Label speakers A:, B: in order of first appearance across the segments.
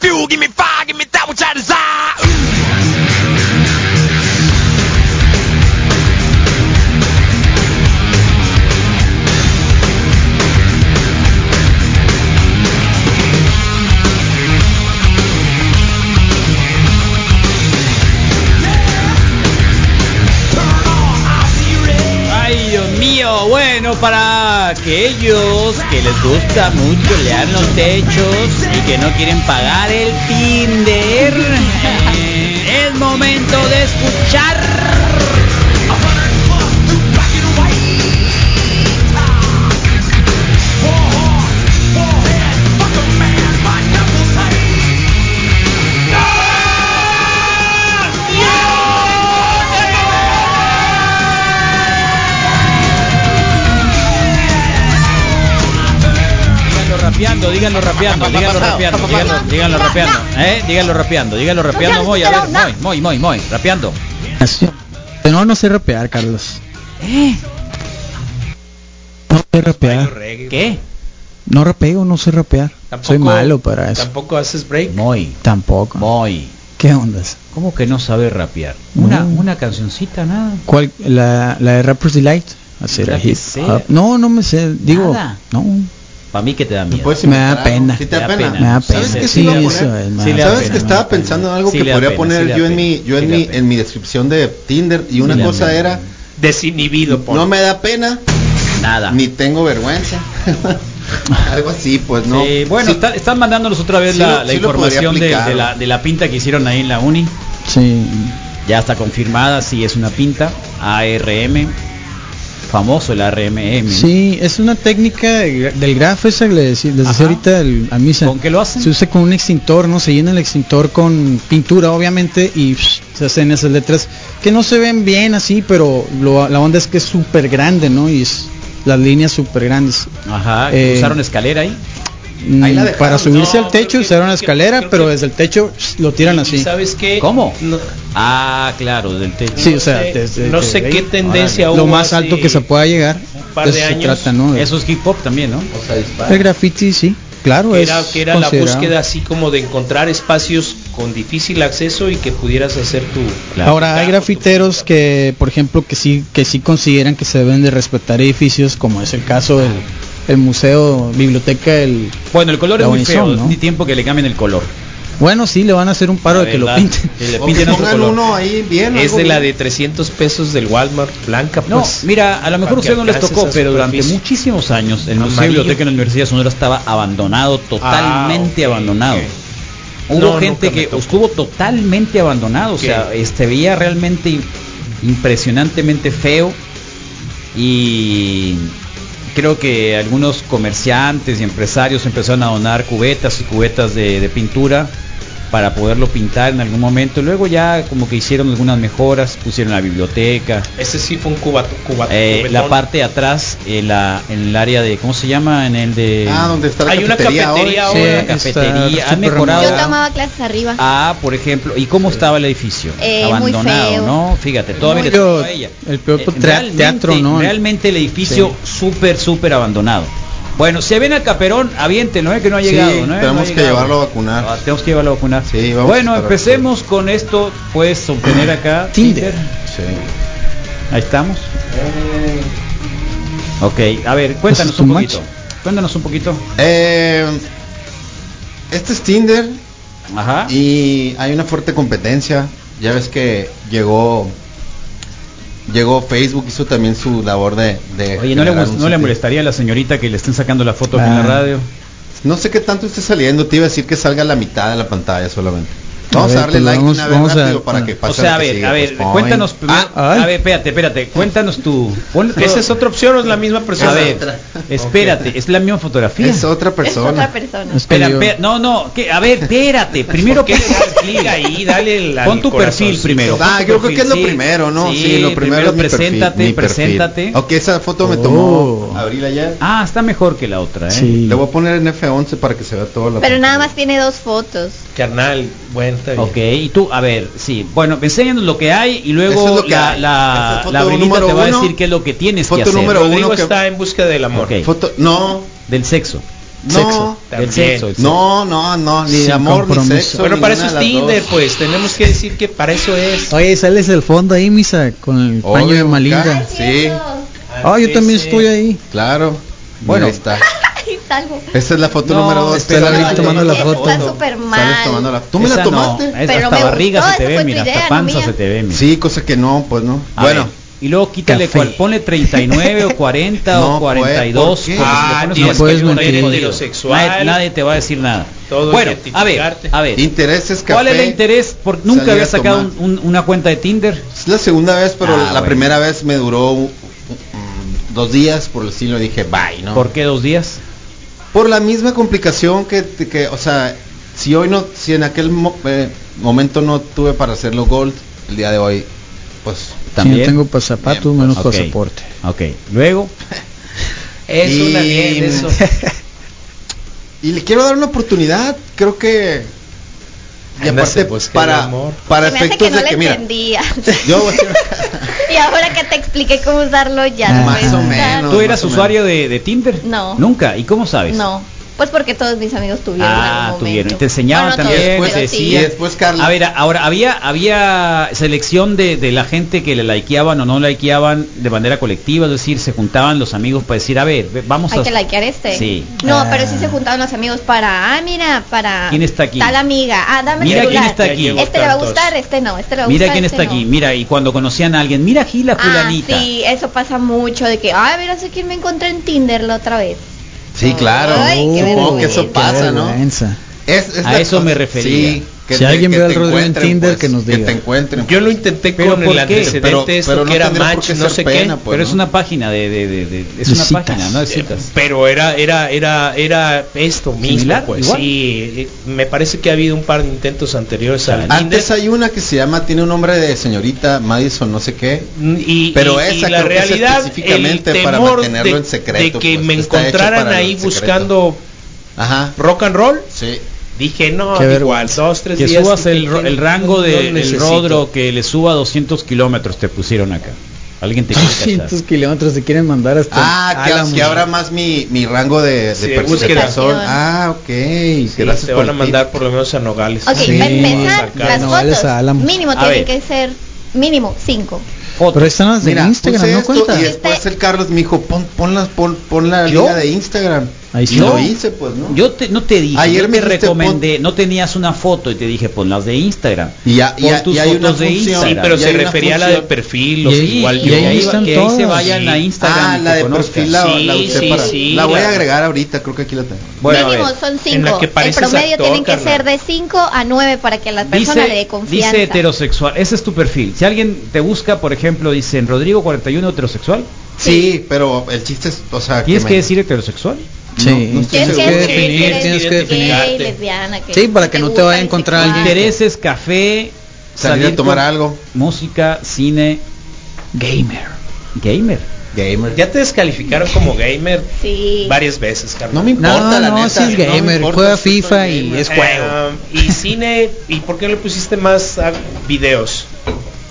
A: fuel, give me fire, give me that which I desire. Ooh.
B: Ay, Dios mío, bueno, para aquellos que les gusta mucho leer los techos y que no quieren pagar eh, el Tinder, eh, es momento de escuchar. Díganlo rapeando, díganlo rapeando, díganlo rapeando, díganlo, díganlo rapeando, eh, díganlo rapeando, díganlo rapeando, Moy, a ver, Moy, Moy, Moy, Moy, rapeando.
C: No, no sé rapear, Carlos. No sé rapear.
B: ¿Qué?
C: No rapeo, no sé rapear. Soy malo para eso.
D: Tampoco haces break.
B: Moy,
C: Tampoco.
B: Moy,
C: ¿Qué Mm. ondas?
B: ¿cómo que no sabe rapear? Una,
C: No.
B: una cancioncita, nada.
C: ¿Cuál? La, la de Rapper's Delight. Hacer
B: La
C: a
B: que
C: hip
B: sea.
C: hop. No, no me sé. Digo,
B: Nada.
C: no.
B: Para mí que te da miedo.
E: Pues,
C: Me da
E: claro,
C: pena.
E: sí te
B: Me da
E: da pena.
C: Me da
B: ¿Sabes
C: pena.
B: que
E: sí
C: Sí,
E: iba a
C: eso
E: poner?
C: es
B: Sí
C: más.
B: le
E: ¿Sabes
B: da pena,
E: que
B: me da
E: estaba
B: pena.
E: pensando en algo
B: Sí
E: que
B: le da
E: podría
B: pena,
E: poner
B: sí le
E: yo
B: da
E: en mi
B: pena,
E: yo
B: sí
E: en
B: le da
E: mi
B: pena.
E: en mi descripción de Tinder y
B: le
E: una
B: da
E: cosa
B: pena.
E: era
D: Desinhibido, pon.
E: no me da pena
B: Nada.
E: ni tengo vergüenza. algo así, pues no.
B: Sí, bueno,
E: Sí,
B: está- están mandándonos otra vez
E: Sí
B: la,
E: lo-
B: la
E: sí lo podría
B: información de,
E: aplicar.
B: de la, de la pinta que hicieron ahí en la uni.
C: Sí.
B: Ya está confirmada, sí es una pinta. ARM. Famoso el ARMM.
C: Sí, es una técnica de- del graf esa que le decía, les decía
B: Ajá.
C: ahorita el- a misa.
B: ¿Con qué lo hacen?
C: Se usa con un extintor, ¿no? Se llena el extintor con pintura, obviamente, y psh, se hacen esas letras que no se ven bien así, pero lo- la onda es que es súper grande, ¿no? Y es- las líneas súper grandes.
B: Ajá,
C: Eh,
B: usaron escalera ahí.
C: Mm,
E: Ahí la dejaron.
C: para subirse
D: No,
C: al techo
D: creo que-
C: usaron una
D: creo-
C: escalera,
D: creo
C: pero
D: que-
C: desde el techo psh, lo tiran
D: Y- y
C: así.
D: ¿Sabes qué?
B: ¿Cómo?
D: No,
B: Ah, claro, del techo.
C: Sí, o sea,
D: sé-
C: desde-
D: no
C: desde
D: sé
C: ahí.
D: qué tendencia
C: lo
D: hubo
C: más
D: hace
C: alto que se pueda llegar.
D: par
C: de
D: de
C: eso se
D: años.
C: trata, ¿no? De-
B: Eso es hip hop también, ¿no?
E: o sea, dispara.
C: el graffiti, sí. Claro,
D: que
C: es
B: pues,
D: era, que era la
C: considerado.
D: búsqueda así como de encontrar espacios con difícil acceso y que pudieras hacer tu
B: Claro.
C: Ahora hay
D: Claro,
C: grafiteros
D: tú-
C: que, por ejemplo, que sí que sí consideran que se deben de respetar edificios, como es el caso del el museo, biblioteca, el
B: Bueno, el color
C: La
B: es muy
C: Unison,
B: feo,
C: ¿no?
B: ni tiempo que le cambien el color.
C: bueno sí le van a hacer un paro
B: La
C: de que lo
B: verdad,
C: pinten.
B: que le
E: O que
B: pinten otro
E: pongan
B: color.
E: uno ahí bien.
D: es
E: algo
D: de la
E: bien.
D: de 300 pesos del Walmart blanca
B: No,
D: pues.
B: mira, a lo
D: para
B: mejor a
D: que
B: ustedes no les
D: alcance
B: tocó,
D: esa
B: pero durante
D: superficie.
B: muchísimos años el Museo
D: Amarillo.
B: Biblioteca en la Universidad Sonora estaba abandonado, totalmente
D: Ah, ok,
B: abandonado.
D: ok.
B: Hubo
D: No, nunca
B: gente
D: me
B: que
D: tocó.
B: estuvo totalmente abandonado, o sea,
D: Ok.
B: este veía realmente im- impresionantemente feo y creo que algunos comerciantes y empresarios empezaron a donar cubetas y cubetas de, de pintura para poderlo pintar en algún momento. Luego ya como que hicieron algunas mejoras, pusieron la biblioteca.
D: Ese sí fue un cubato, cubato
B: Eh,
D: cubetón.
B: la parte de atrás, en, la, en el área de, ¿cómo se llama? En el de...
E: Ah, donde está la
D: Hay una
E: cafetería hoy.
D: cafetería
C: Sí,
D: ahora.
B: la cafetería,
C: está
B: ha mejorado.
F: Yo
B: Ahora-
F: tomaba clases arriba.
B: Ah, por ejemplo, ¿y cómo estaba el edificio?
F: Eh, muy
B: Abandonado,
F: feo.
B: ¿no? Fíjate, todavía
C: Muy
B: le tocó
C: feo.
B: a ella. Eh,
C: El peor teatro,
B: realmente-
C: ¿no?
B: Realmente el edificio súper, súper abandonado. Bueno, si ven al caperón, aviéntenlo, ¿eh? que no ha
E: Sí,
B: llegado. ¿no? ¿eh? No ha
E: tenemos que
B: llegado.
E: llevarlo a vacunar.
B: Ah, tenemos que llevarlo a vacunar.
E: Sí, vamos
B: bueno,
E: para-
B: empecemos con esto, puedes obtener acá
C: Tinder.
E: Sí.
B: Ahí estamos. Ok, a ver, cuéntanos
C: too
B: un
C: much.
B: poquito. Cuéntanos un poquito.
E: Eh, este es Tinder
B: Ajá.
E: y hay una fuerte competencia. Ya ves que llegó llegó Facebook hizo también su labor de, de
B: Oye, ¿no le,
E: generar
B: gus-
E: un
B: no le
E: sentido.
B: molestaría a la señorita que le estén sacando la foto aquí en la
C: Ah.
B: radio?
E: No sé qué tanto esté saliendo, te iba a decir que salga la mitad de la pantalla solamente.
C: A
E: Vamos a,
C: ver,
E: darle
C: pues
E: like
C: vamos-
E: una vez
C: vamos a-
E: rápido para que
B: O
E: pase
B: sea,
E: la
B: a
E: que
B: ver,
E: sigue,
B: a ver,
E: pues, pon.
B: cuéntanos primero-
C: Ah, ay.
B: a ver, espérate, espérate, cuéntanos tú. Pon-
D: Esa es otra opción, o es la misma persona.
B: A ver,
E: otra.
B: espérate, es la misma fotografía.
E: Es otra persona.
F: Es otra persona.
C: Es que
B: Espera,
C: yo-
B: espera, no, no, que, a ver, espérate,
D: ¿Por
B: primero
D: qué le
B: pon tu
D: das clic
B: perfil.
D: ahí? Dale el-
B: Pon
D: al
B: tu perfil
D: corazoncito.
E: Ah,
B: primero. pon tu
E: yo creo que es lo
B: perfil, sí.
E: primero, ¿no?
B: Sí,
E: Sí, lo primero, es mi perfil,
B: preséntate,
E: mi perfil.
B: preséntate.
E: Ok, esa foto me tomó
C: Oh.
E: abril ayer.
B: Ah, está mejor que la otra, ¿eh?
C: Sí.
E: Le voy a poner en F11 para que se vea todo la
F: Pero nada más tiene dos fotos.
D: Carnal, bueno, está bien.
B: Ok, y tú, a ver, sí, bueno, enséñanos lo que hay y luego
E: Eso es lo que
B: la,
E: hay.
B: la,
E: Esa es foto
B: la Brilita
E: número
B: te va a
E: uno.
B: decir qué es lo que tienes
E: Foto
B: que hacer
E: número
D: Rodrigo
E: uno que-
D: está en busca del amor.
B: Ok.
E: Foto, no,
B: del sexo.
E: No,
B: El
D: También.
B: sexo, el sexo.
E: no, no, no, ni
C: Sin
E: de amor,
C: compromiso.
E: ni sexo.
D: Bueno, para eso
E: ninguna
D: es
E: de las
D: Tinder,
E: dos.
D: pues. Tenemos que decir que para eso es.
C: Oye, sales del fondo ahí, misa, con el
E: Obvio,
C: paño de
E: acá.
C: Malinda.
E: Sí,
C: Ah, yo también
D: Sí.
C: estoy ahí.
E: claro. Bueno,
B: Bueno.
E: está.
F: Ay, salgo.
E: Esa es la foto
B: No,
E: número 2.
B: espera,
C: Sales tomando la foto.
F: Está súper mal.
E: Sales tomando la ¿Tú me
B: Esa
E: la
B: no,
E: tomaste?
B: es-
F: Pero
B: hasta
F: me
B: barriga
F: gustó,
B: se te
F: esa
B: ve,
F: fue
B: mira,
F: tu
B: hasta
F: idea, no
B: panza
F: mía.
B: se te ve. Mira.
E: Sí, cosa que no, pues no.
B: A
E: bueno,
B: ver, Y luego quítale
C: Café.
B: cual, ponle 39 o 40 o
E: No, pues,
B: 42.
E: ¿por qué?
B: porque
D: Ah,
B: si le pones
D: tienes
C: que
B: una cuestión
C: ayudar
B: de
C: al
D: heterosexual.
B: Nadie, nadie te va a decir nada.
D: Todo
B: bueno, a ver,
D: identificarte.
B: a ver.
E: intereses, café.
B: ¿Cuál es el interés? Por,
E: salir
B: nunca
E: a
B: había sacado
E: tomar.
B: un- un- una cuenta de Tinder.
E: Es la segunda vez, pero
B: Ah,
E: la
B: bueno.
E: primera vez me duró mm, mm, dos días, por el estilo dije, bye, ¿no?
B: ¿Por qué dos días?
E: Por la misma complicación que, que, o sea, si hoy no, si en aquel mo- eh, momento no tuve para hacerlo gold, el día de hoy, pues
C: Si no tengo pa- zapatos,
E: Bien, pues,
C: menos
B: Ok.
C: pasaporte.
B: Ok, luego.
D: Es
E: Y-
D: una bien, eso.
E: Y le quiero dar una oportunidad, creo que. Y
D: Andas
E: aparte,
D: en
B: pues,
D: busca del
E: para,
D: amor.
E: para
F: Se me hace que
E: efectos
F: no
E: de
F: la
E: que, mira,
F: entendía.
E: yo voy a ser-
F: y ahora que te expliqué cómo usarlo ya.
C: Ah,
F: no
C: más
F: puedes
C: o
F: usar.
E: menos.
B: ¿Tú eras
E: más o menos.
B: usuario de, de Tinder?
F: No.
B: Nunca. ¿Y cómo sabes?
F: No. Pues porque todos mis amigos tuvieron en
B: Ah,
F: algún
B: tuvieron.
F: momento.
B: Y te enseñaban
F: Bueno, no
B: también,
F: todos,
E: después
F: pero
B: te
E: y
B: decían.
E: después Carla.
B: A ver, ahora había había selección de, de la gente que le likeaban o no likeaban de manera colectiva, es decir, se juntaban los amigos para decir, a ver, ve- vamos
F: Hay
B: a
F: que likear este.
B: Sí.
F: No,
C: Ah.
F: pero sí se juntaban los amigos para, ah, mira, para
B: ¿Quién está aquí?
F: tal amiga. Ah, dame
B: Mira
F: el
B: quién
F: celular.
B: está aquí.
F: Este le va a
D: Tantos.
F: gustar, este no, este le va a
B: Mira
F: gustar.
B: quién
F: este
B: está
F: no.
B: aquí, mira, y cuando conocían a alguien, mira aquí la
F: Ah,
B: fulanita.
F: sí, eso pasa mucho de que, ah, mira, sé quién me encontré en Tinder la otra vez.
E: Sí, claro.
F: Ay, qué
E: Supongo que
F: vergüenza.
E: eso pasa, ¿no?
C: vergüenza.
E: Es- es
B: A
E: la
B: eso
E: cosa-
B: me refería.
E: Sí, que
C: Si
E: te-
C: alguien
E: que
C: ve
E: te
C: al Rodrigo en
E: encuentren,
C: Tinder,
D: pues,
C: que nos
E: Que
C: diga.
E: te encuentren. pues.
D: Yo lo intenté
B: Pero
D: con
B: ¿por
D: el
B: qué?
D: antecedente
E: Pero-
D: esto
E: pero no
D: que era
E: tendría por
D: match,
E: qué
D: no
E: ser
D: sé
E: pena,
D: qué.
E: pues,
B: Pero
E: ¿no? pues.
B: es una página de, de- de- de- es
C: De
B: una
C: citas.
B: página, ¿no? De
D: Eh,
B: citas.
D: Pero era, era, era, era esto mismo,
B: ¿Similar?
D: pues.
B: ¿Igual?
D: Sí, eh, me parece que ha habido un par de intentos anteriores al
B: Ah,
E: Antes
D: Tinder.
E: hay una que se llama, tiene un nombre de señorita Madison, no sé qué.
D: Y,
E: Pero
D: y- y
E: esa
D: la
E: creo que es
D: realidad,
E: específicamente
D: el
E: para
D: temor
E: mantenerlo
D: de,
E: en secreto,
D: de que
E: pues,
D: me
E: está hecho
D: encontraran
E: para
D: ahí
E: el secreto.
D: buscando
E: Ajá.
D: rock and roll,
E: Sí.
D: dije no,
C: Qué
D: igual,
C: vergüenza.
D: dos, tres
B: Que
D: días.
B: subas
D: dije,
B: el, ro- el
D: no,
B: rango
D: no
B: del
D: necesito.
B: rodro que le suba 200 kilómetros, te pusieron acá. Alguien te quiere cachar.
C: 200 kilómetros te quieren mandar hasta.
E: Ah, que,
C: Álamo.
E: que abra más mi, mi rango de, de,
D: Sí,
E: pers- de
D: búsqueda.
E: persona. Ah, ok.
D: Sí,
E: Gracias
D: te
E: por
D: van a
E: el
D: mandar
E: tip.
D: por lo menos a Nogales.
F: Ok,
C: Sí,
F: para
C: vamos a
F: empezar,
C: sacar
F: las
C: novales
F: fotos
C: a Álamo.
F: mínimo
B: A ver.
F: tienen que ser mínimo cinco.
C: Pero están las de
E: Mira,
C: Instagram,
E: puse
C: ¿no
E: esto
C: cuenta?
E: Y después el Carlos me dijo, pon, pon, las- pon, pon la
B: ¿Yo?
E: liga de Instagram.
C: Ahí
E: y
C: sí.
E: lo
B: ¿Yo?
E: hice, pues, ¿no?
B: Yo te, no te dije,
E: Ayer
B: yo
E: me
B: te
E: dijiste,
B: recomendé, no tenías una foto y te dije pon las de Instagram.
E: Y ya- y
B: Pon
E: ya-
B: tus
E: y hay una
B: fotos de
E: función.
B: Instagram.
D: Sí, pero
E: Y
D: se
E: hay una
D: refería a la de
E: función.
D: perfil,
C: Y
D: o sea,
C: ahí-
D: igual
C: y
D: yo.
C: ahí están
B: que
C: todas.
B: ahí se vayan a Instagram.
E: ah,
B: y
E: la
B: te
E: de
B: conozcan.
E: perfil la,
D: Sí,
E: la usé
D: sí,
E: para...
D: sí,
E: la voy
D: la-
E: a agregar ahorita, creo que aquí la tengo.
B: Bueno, a
F: mínimo
B: ver,
F: son
D: en la
F: cinco.
D: que
F: el
D: pareces
F: promedio
D: actor,
F: tienen que
D: carnal.
F: ser de cinco a nueve para que a la persona le dé
B: Dice,
F: confianza.
B: dice heterosexual, ese es tu perfil. Si alguien te busca, por ejemplo, dicen Rodrigo 41 heterosexual,
E: Sí, pero el chiste es, o sea...
B: ¿tienes
E: me-
B: que decir heterosexual?
C: Sí,
E: No, no estoy
F: Tienes que
C: tienes que
D: seguro.
F: definir,
C: definir,
D: Sí,
C: tienes
D: tienes
C: que
D: que
C: definir.
D: identificarte.
F: gay, lesbiana, que
C: Sí, para que no te
F: gusta,
C: vaya a encontrar
F: bisexual.
C: alguien
B: Intereses, café,
E: Salir a tomar
B: con
E: algo.
B: música, cine, gamer. Gamer.
E: Gamer.
D: Ya te descalificaron como gamer
F: Sí.
D: varias veces, carnal.
E: No me importa,
C: No,
E: la
C: no,
E: neta.
C: si es
E: no me
C: gamer,
E: importa,
C: juega
E: sí soy
C: FIFA y
E: gamer.
C: es juego.
D: Eh, y cine, ¿y por qué le pusiste más a videos?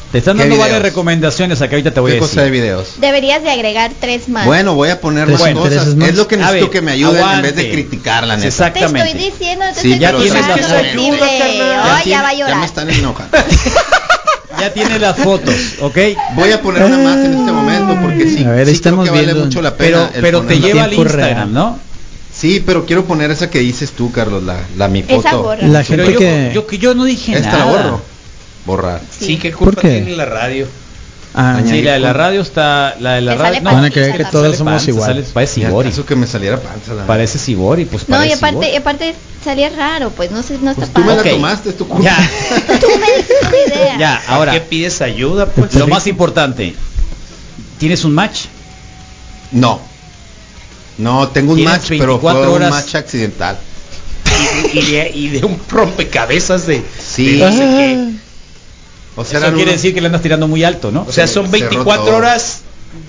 B: Te están
E: ¿Qué
B: dando varias
E: videos?
B: recomendaciones acá ahorita te voy a
E: ¿Qué cosa de
B: decir.
E: videos?
F: Deberías de agregar tres más.
E: Bueno, voy a poner
C: Tres
E: más
C: intereses
E: cosas.
C: más.
E: Es lo que
B: A
E: necesito
B: ver,
E: que me ayuden en vez
B: aguante.
E: de criticar, la neta.
F: te estoy
B: Exactamente.
F: diciendo, te
E: Sí,
F: estoy
B: ya tienes
F: acusando,
B: que ser
F: horrible.
D: ayuda, carnal.
F: Ay,
E: tiene-
F: oh, ya va
E: ya
F: a
E: me
F: llorar.
E: están enojando.
B: Ya tiene las fotos, ¿ok?
E: Voy a poner una más en este momento porque sí,
C: A ver,
E: sí
C: estamos
E: creo que vale
C: viendo.
E: mucho la
B: Pero,
E: pena. el
B: pero te
E: ponerla.
B: lleva al
C: Tiempo
B: Instagram,
C: real.
B: ¿no?
E: Sí, pero quiero poner esa que dices tú, Carlos, la, la mi foto.
F: Esa borra.
C: La gente
B: Pero yo,
C: que.
B: yo, que yo no dije
E: Esta la
B: nada.
E: borro. Borrar.
D: Sí,
F: Sí.
D: ¿qué culpa
C: ¿Por qué?
D: tiene la radio?
C: Ah,
B: Sí, la de la radio está. La de la
F: Te sale
B: radio.
C: van a
F: Panza,
C: creer que
F: sale
C: todos
B: Sale
C: somos
B: panza, sale-
C: iguales.
B: parece
E: Ya,
B: Ibori.
E: eso que me saliera panza. la-
B: Parece Sibori, pues
F: No, y
B: parece
F: aparte,
B: Ibori.
F: y aparte salía raro, pues no sé, no está
E: Pues tú me la
B: Ok.
E: tomaste, es tu culpa.
B: Ya,
F: Tú me dices una idea.
B: ya,
D: Ahora, ¿Qué
B: ahora.
D: pides ayuda? Pues
B: Lo más importante. ¿Tienes un match?
E: No. No, tengo un
B: Tienes
E: match, pero
B: 24
E: fue
B: horas.
E: un match accidental.
D: y, de, y de un rompecabezas de.
E: Sí. Ah.
D: de no sé qué.
E: O sea,
B: Eso
E: eran
B: quiere
E: unos-
B: decir que le andas tirando muy alto, ¿no?
D: O sea, son
E: Cerró
D: 24
E: todo.
D: horas.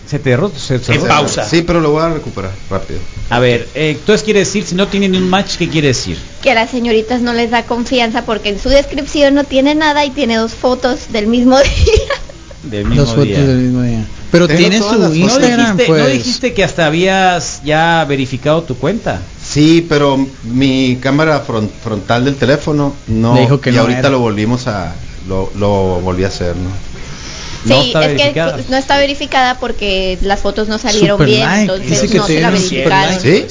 B: Se te roto, se, se
D: En
E: o sea,
B: roto.
D: pausa.
E: Sí, pero lo voy a recuperar rápido.
B: A ver, eh, entonces quiere decir, si no tienen un match, ¿qué quiere decir?
F: Que a las señoritas no les da confianza porque en su descripción no tiene nada y tiene dos fotos del mismo día.
B: Del mismo
C: Dos fotos
B: día.
C: del mismo día. Pero
E: Tengo
C: tienes
E: todas
C: tu
E: las fotos.
B: ¿No
C: Instagram,
B: dijiste, no
C: pues.
B: dijiste que hasta habías ya verificado tu cuenta?
E: Sí, pero mi cámara fron- frontal del teléfono no.
C: Le dijo que
E: y
C: no
E: ahorita
C: era.
E: lo volvimos a. Lo, lo volví a hacer, ¿no?
B: No
F: sí,
B: está
F: es que
B: verificada.
F: no está verificada porque las fotos no salieron
C: Super
F: bien,
C: like.
F: entonces
C: Dice que
F: no
C: te
F: se la
C: dieron super
F: verificaron.
E: ¿Sí?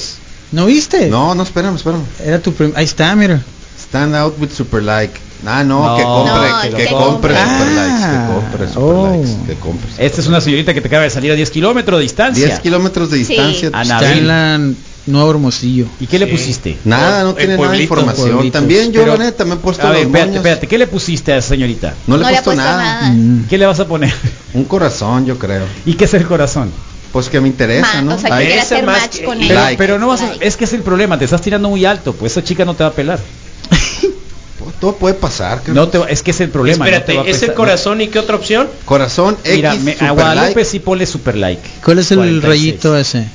C: ¿No viste?
E: No, no, espérame, espérame.
C: Era tu prim- Ahí está, mira.
E: Stand out with super like. Ah, no,
B: No,
E: que compre,
F: no,
E: que,
F: que
E: compre
F: compre.
E: super likes,
C: Ah,
E: que compre super
C: oh.
E: likes, que compre. super
B: pues, Esta es una señorita que te acaba de salir a 10 kilómetros de distancia.
E: 10 kilómetros de
F: Sí.
E: distancia.
B: Ah,
E: pues,
B: nada.
C: Está
B: Nabil.
C: en la Nuevo Hermosillo.
B: ¿Y qué le
D: Sí.
B: pusiste?
E: Nada, no
D: El
E: tiene nada de
D: pueblito,
E: información.
C: pueblitos.
E: También yo,
B: Pero-
E: la neta, me he puesto
B: A ver,
E: los
B: espérate,
E: moños.
B: espérate, ¿qué le pusiste a esa señorita?
E: No le he
F: No
E: puesto nada.
C: Mm.
B: ¿Qué le vas a poner?
E: Un corazón, yo creo.
B: ¿Y qué es el corazón?
E: Pues que me interesa,
F: Ma-
E: ¿no?
F: O sea,
E: Ahí-
F: quería
D: Esa
F: hacer
D: más
F: match
D: que-
F: con él.
B: Pero,
E: Like.
B: pero no vas a-
F: Like.
B: es que es el problema, te estás tirando muy alto, pues esa chica no te va a pelar.
E: Pues, Todo puede pasar. creo.
B: No te, va- es que es el problema. no
D: Espérate,
B: te va a
D: ¿es el
B: pesar-
D: corazón y qué otra opción?
E: Corazón X,
B: Mira, me- a
E: super
B: Guadalupe
E: like.
B: sí ponle super like.
C: ¿Cuál es el
B: 46.
C: rayito ese?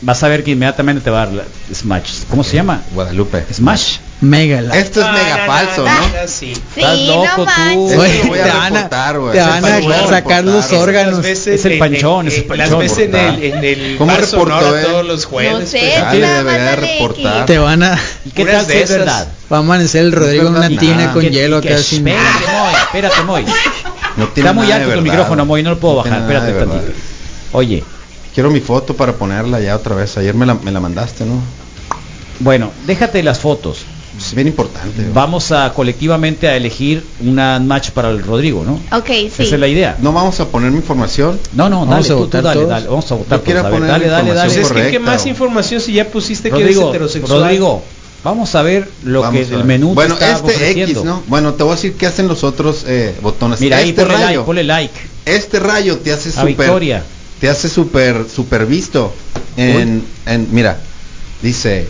B: Vas a ver que inmediatamente te va a dar la- Smash. ¿Cómo se llama?
E: Eh, Guadalupe.
B: Smash.
C: Mega like.
E: Esto es mega falso, ¿no?
D: Sí.
B: Estás
F: Sí,
B: loco tú.
F: no manches.
E: Eso
C: Oye,
E: lo voy a
C: te van a-
E: reportar, güey.
C: te
E: Ese
C: van
D: a
E: falso lo voy
C: sacar los
E: reportar, güey.
C: órganos.
D: Las veces
B: Es el
D: en-
B: panchón,
D: en-
B: es el
D: en-
B: panchón.
D: Las veces en el, en el
E: ¿Cómo
D: Bar
E: reportó
D: Sonora
E: él?
D: todos los jueves.
F: No sé,
D: pues,
F: es
E: Dale,
F: la
E: debería
F: banda de
E: reportar.
C: Te van a...
B: ¿Y qué
D: Puras
B: tal si
D: de
B: es
D: esas.
B: verdad?
C: Va a amanecer el Rodrigo en una
E: Nada.
C: tina con
B: Ah, Que-
C: hielo
B: que-
C: casi.
B: Espérate, Moy, espérate, Moy.
E: No tiene
B: Está
E: nada
B: muy
E: de
B: alto tu
E: verdad.
B: micrófono, Moy, no lo puedo
E: No tiene
B: bajar.
E: nada de
B: Espérate
E: verdad.
B: tantito. Oye,
E: Quiero mi foto para ponerla ya otra vez. Ayer me la, me la mandaste, ¿no?
B: bueno, déjate las fotos.
E: Es bien importante. güey.
B: Vamos a colectivamente a elegir una match para el Rodrigo, ¿no?
F: Ok, sí.
B: Esa es la idea.
E: No vamos a poner mi información.
B: No, no,
C: Vamos
B: dale,
C: a
B: tú, tú
C: votar
B: dale,
C: todos.
B: dale, vamos a votar.
E: Yo quiero
B: todos, a ver,
E: poner
B: dale, dale,
E: información
B: dale.
D: Pues es que qué
E: Correcto.
D: más información si ya pusiste que eres
B: este Rodrigo,
D: heterosexual.
B: Rodrigo, vamos a ver lo
E: Vamos a
B: que el
E: ver.
B: menú te
E: Bueno,
B: está
E: este
B: ofreciendo.
E: X, ¿no? Bueno, te voy a decir qué hacen los otros eh, botones.
B: Mira ahí,
E: este
B: ponle like,
E: rayo,
B: ponle like.
E: este rayo te hace
B: A
E: super,
B: Victoria.
E: te hace super, super visto. En, en, mira, dice,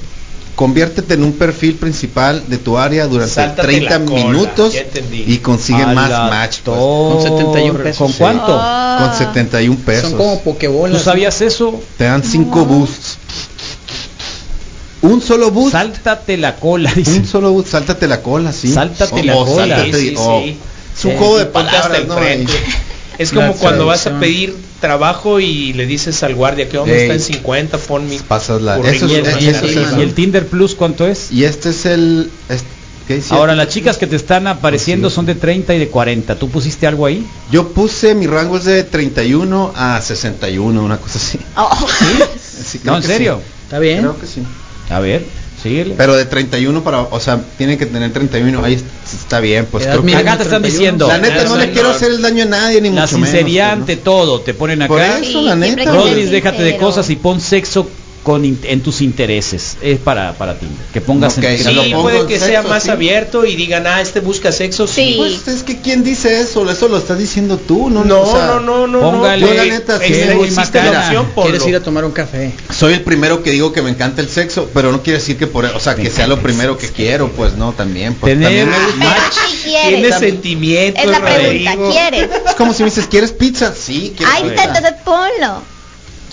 E: conviértete en un perfil principal de tu área durante
D: Sáltate
E: 30
D: la cola,
E: minutos
D: ya entendí.
E: y consigue
B: A
E: más
B: la
E: match. pues,
B: torre.
C: Con 71 pesos.
B: ¿Con
E: Sí.
B: cuánto?
F: Ah.
E: con 71 pesos.
B: ¿Tú
C: pokebolas.
B: sabías eso?
E: Te dan 5 boosts. Un solo boost.
B: Sáltate la cola,
E: un
B: dice.
E: solo boost. Sáltate la cola, sí.
B: Sáltate
E: O-
B: la
E: o
B: cola.
E: sáltate-
D: Sí, sí,
E: o-
D: sí. Eh,
E: Es un
B: Sí,
E: juego de
D: ponte hasta
E: palabras,
D: el
E: ¿no?
D: frente.
E: Ahí.
D: Es como
C: La
D: cuando vas a
C: traducción.
D: pedir trabajo y le dices al guardia que dónde
E: Ey.
D: está en 50, pon mi
E: Pasas la-
D: currículum
E: eso es-
D: ahí
B: Y el,
E: eso
D: arriba.
E: es-
B: y el Tinder Plus, ¿cuánto es?
E: Y este es el. es- ¿qué dice?
B: Ahora, las chicas que te están apareciendo son de 30 y de 40. ¿Tú pusiste algo ahí?
E: Yo puse mi rango es de 31 a 61, una cosa así.
C: Ah,
F: Oh.
E: Sí, creo
B: No, en
E: que
B: serio.
E: sí.
C: ¿Está bien?
E: Creo que sí.
B: A ver, síguele.
E: Pero de 31 para. O sea, tienen que tener 31. Ahí está bien, pues.
C: Edad
E: creo que-
C: mínima.
B: Acá te están
C: 31.
B: diciendo
E: la neta, no
D: Eso
E: le
D: no.
E: quiero hacer el daño a nadie, ni
B: la
E: mucho menos.
B: sinceridad
E: pues, ¿no?
B: ante todo. Te ponen
E: Por
B: acá.
E: eso, la
F: siempre
E: neta.
F: que
E: Rodríguez,
B: Rodríguez,
F: ser
B: déjate de
F: sincero.
B: cosas y pon sexo con in- en tus intereses. Es para, para ti. Que pongas
E: Ok,
B: en
E: se
B: tus
E: lo
D: Sí,
B: intereses.
E: pongo
D: puede
E: en
D: que
E: sexo,
D: sea más
E: sí.
D: abierto y digan, ah, este busca sexo.
F: Sí.
E: Pues es que quién dice eso, eso lo estás diciendo tú, no
D: No,
E: O sea,
D: no, no, no.
B: póngale-
D: no,
E: Yo, la neta, sí,
D: Existe
E: muy
D: la
B: macana.
D: opción,
C: ¿Quieres
D: ponlo.
C: ir a tomar un café?
E: Soy el primero que digo que me encanta el sexo, pero no quiere decir que por, o sea, que sea lo primero que quiero, pues no, también, pues
B: Tener-
E: también me
F: Pero
E: gusta.
F: sí
D: Tiene
F: quieres.
D: sentimientos,
F: Es la pregunta,
D: Rodrigo.
F: ¿quieres?
E: Es como si me dices, ¿quieres pizza? Sí, quiero
F: Ahí
E: pizza.
F: está, entonces ponlo.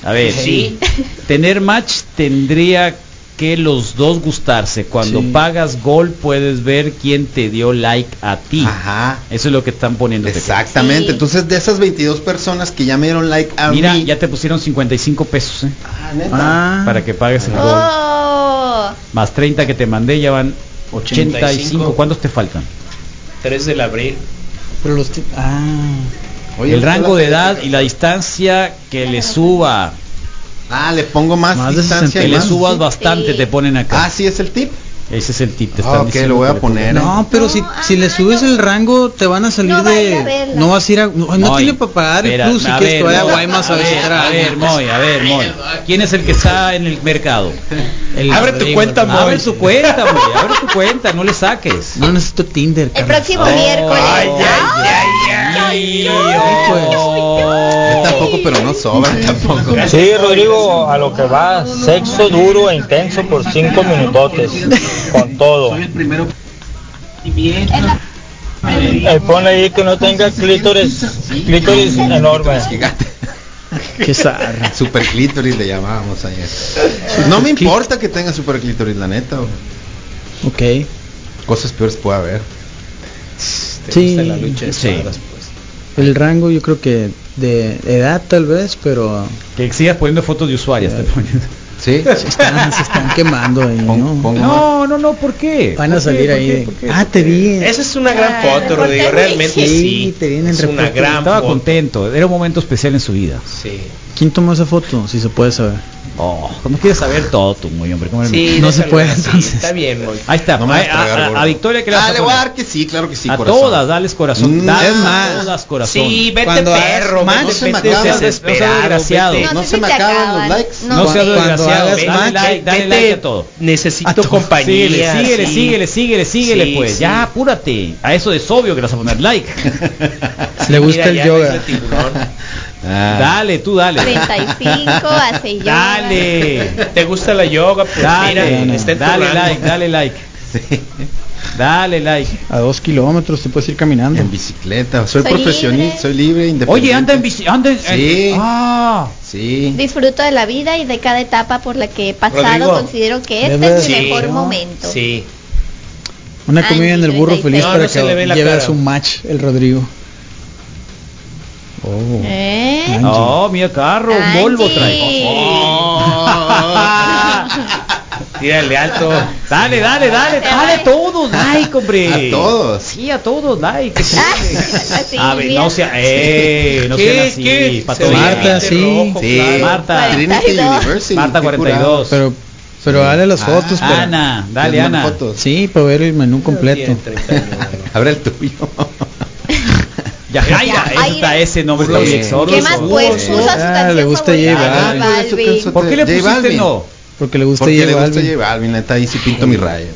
B: A ver,
D: Sí.
B: tener match tendría que los dos gustarse. Cuando
C: Sí.
B: pagas gol puedes ver quién te dio like a ti.
E: Ajá.
B: Eso es lo que están poniendo.
E: Exactamente.
F: Sí.
E: Entonces, de esas 22 personas que ya me dieron like a
B: Mira,
E: mí,
B: ya te pusieron 55 pesos ¿eh?
E: Ah, neta.
C: Ah.
B: para que pagues el gol.
F: Oh.
B: Más 30 que te mandé ya van 85.
D: 85.
B: ¿Cuántos te faltan?
D: 3 del abril.
C: Pero los ti- Ah.
E: Oye,
B: el
E: ¿no está
B: rango de
E: la-
B: edad y la distancia que le suba.
E: Ah, le pongo más,
C: Más de
E: distancia
B: Que
E: y
C: 60.
B: le
E: más.
B: subas bastante
F: Sí.
B: te ponen acá.
E: Ah, sí es el tip.
B: Ese es el tip. Te
E: Ah,
B: están
E: ok,
B: diciendo
E: lo voy
B: que
E: a
B: le pongas.
E: poner. ¿eh?
C: No, pero
F: No,
C: si,
F: ah,
C: si le subes
F: no.
C: el rango te van a salir
F: No va a ir a
C: de...
F: verla.
C: No vas a ir a... No, no tiene para pagar el
B: espera,
C: plus si
B: a
C: quieres que
B: ver,
C: vaya a
B: Moy,
C: Guaymas a
B: ver,
C: visitar a
B: A ver, Moy, a ver, Moy. ¿Quién es el que está en el mercado?
C: El
D: Abre tu
C: Rodrigo,
D: cuenta,
C: ¿no?
D: Moy.
B: Abre tu cuenta, Moy. Abre tu cuenta, no le saques.
C: No necesito Tinder,
F: El
C: carnal.
F: próximo
B: Ay,
F: miércoles.
D: ay, ay, ay,
C: Pues.
D: ay,
E: Yo tampoco, pero no sobra tampoco.
G: Sí, Rodrigo, a lo que va, sexo duro e intenso por cinco minutotes, con todo. Eh, ponle ahí que no tenga clítoris, clítoris enorme.
E: Gigante.
C: Qué zarra.
E: Super clítoris le llamábamos ayer. No me importa que tenga super clítoris, la neta. güey.
C: Ok.
E: Cosas peores puede haber.
C: Sí.
B: de
D: Sí.
B: espadas,
C: El rango yo creo que de edad tal vez, pero...
B: Que sigas poniendo fotos de usuarias. te ponen.
E: Sí.
C: Se están, se están quemando ahí,
E: Pon-
C: ¿no?
E: pongo-
B: No, no, no, ¿por qué?
C: Van a
B: ¿Por qué?
C: salir
B: ¿Por
C: ahí
B: qué?
C: de-
B: ¿Por qué?
C: Ah, te vi.
D: Esa es una gran
F: Ah,
D: foto, Rodrigo.
F: porque
D: Realmente
C: sí,
D: sí.
C: te viene el
D: es una
C: reporte.
D: gran
B: Estaba
D: foto.
B: contento, era un momento especial en su vida.
D: Sí.
C: ¿Quién tomó esa foto? Si se puede saber.
B: Oh, no quieres saber todo tú, muy hombre. ¿cómo eres?
D: Sí,
C: No se
D: déjalo
C: puede,
D: así,
C: entonces.
D: Está bien, Moy.
B: Ahí está,
E: No me
B: a,
E: vas a tragar,
B: a- a-
E: gordo.
B: a Victoria que le vas
E: Ah,
B: a
E: le voy a
B: poner.
E: dar que sí, claro que sí.
B: a
E: corazón.
B: todas, dales corazón,
E: Mm,
B: dales
E: es más.
B: todas corazón.
D: Sí, vete
C: Cuando hagas
D: perro,
C: más,
D: vete,
E: se me
D: vete
E: acaba.
D: desesperado,
B: No seas desgraciado.
D: vete.
E: No se me acaban los likes.
F: No,
B: No
F: sé.
B: seas
C: Cuando
B: desgraciado,
C: hagas
B: dale
C: match,
B: like, dale
D: vete.
B: like a todo.
C: A
D: Necesito
C: todo.
D: compañía.
B: síguele, síguele,
D: sí.
B: síguele, síguele, síguele,
D: Sí,
B: pues.
D: sí.
B: Ya, apúrate. A eso de sobio que le vas a poner like.
C: Le gusta
D: Mira,
C: el
D: ya ves
C: yoga.
D: el tiburón.
E: Ah.
B: Dale, tú dale.
F: 35 hace yo.
B: Dale.
D: ¿Te gusta la yoga? Pues
B: Dale,
D: mira, está
B: dale
D: entonando.
B: like, dale like.
E: Sí.
B: Dale like.
C: A dos kilómetros te puedes ir caminando.
E: En bicicleta, soy,
F: Soy
E: profesionista,
F: libre.
E: soy libre, independiente.
B: Oye, anda en bici, anda en-
E: Sí.
B: ah.
E: Sí.
F: Disfruto de la vida y de cada etapa por la que he pasado.
D: Rodrigo.
F: Considero que este
C: Debes-
F: es mi
D: Sí.
F: mejor momento.
D: Sí.
C: Una
F: Ay,
C: comida en el burro
F: 36.
C: feliz
D: No,
C: para
D: no se
C: que
D: le ve la
C: lleve a
D: cara.
C: su match el Rodrigo.
E: Oh.
F: ¿Eh?
C: Angie.
B: No, mira carro,
F: Angie.
B: Volvo trae.
D: Tírale alto.
B: Dale, dale, dale, dale a todos like, hombre.
E: A todos.
B: Sí, a todos like.
E: Ah,
F: Así,
B: A ver,
F: bien.
B: no sea, eh, no
D: ¿Qué?
B: sean así,
D: ¿Qué?
B: pato.
D: Se ve
C: Marta,
D: bien de
C: sí.
D: rojo,
E: Sí.
D: claro.
B: Marta,
E: Trinity
F: 42.
E: University.
B: Marta
E: qué curado.
B: 42.
C: Pero, pero dale las
E: Ah,
C: fotos. para-
B: Ana, dale
E: Las
B: Ana.
E: fotos.
C: Sí, para ver el menú completo.
D: Tiene 31.
E: Abre el tuyo.
B: Yajaira,
F: Yajaira.
B: ese está ese nombre está muy
E: ¿Qué
B: exótico.
F: ¿Qué más pues?
E: Sí.
F: Puso su
C: Ah,
F: canción
C: le gusta
F: favorita,
E: Ah,
C: J
F: J
E: Balvin.
F: Balvin.
B: ¿Por qué le
E: J
B: pusiste
E: Balvin.
B: no?
C: Porque le gusta
E: Porque le
C: llevar.
E: gusta llevar, Alvin, neta, ahí sí pinto mi raya.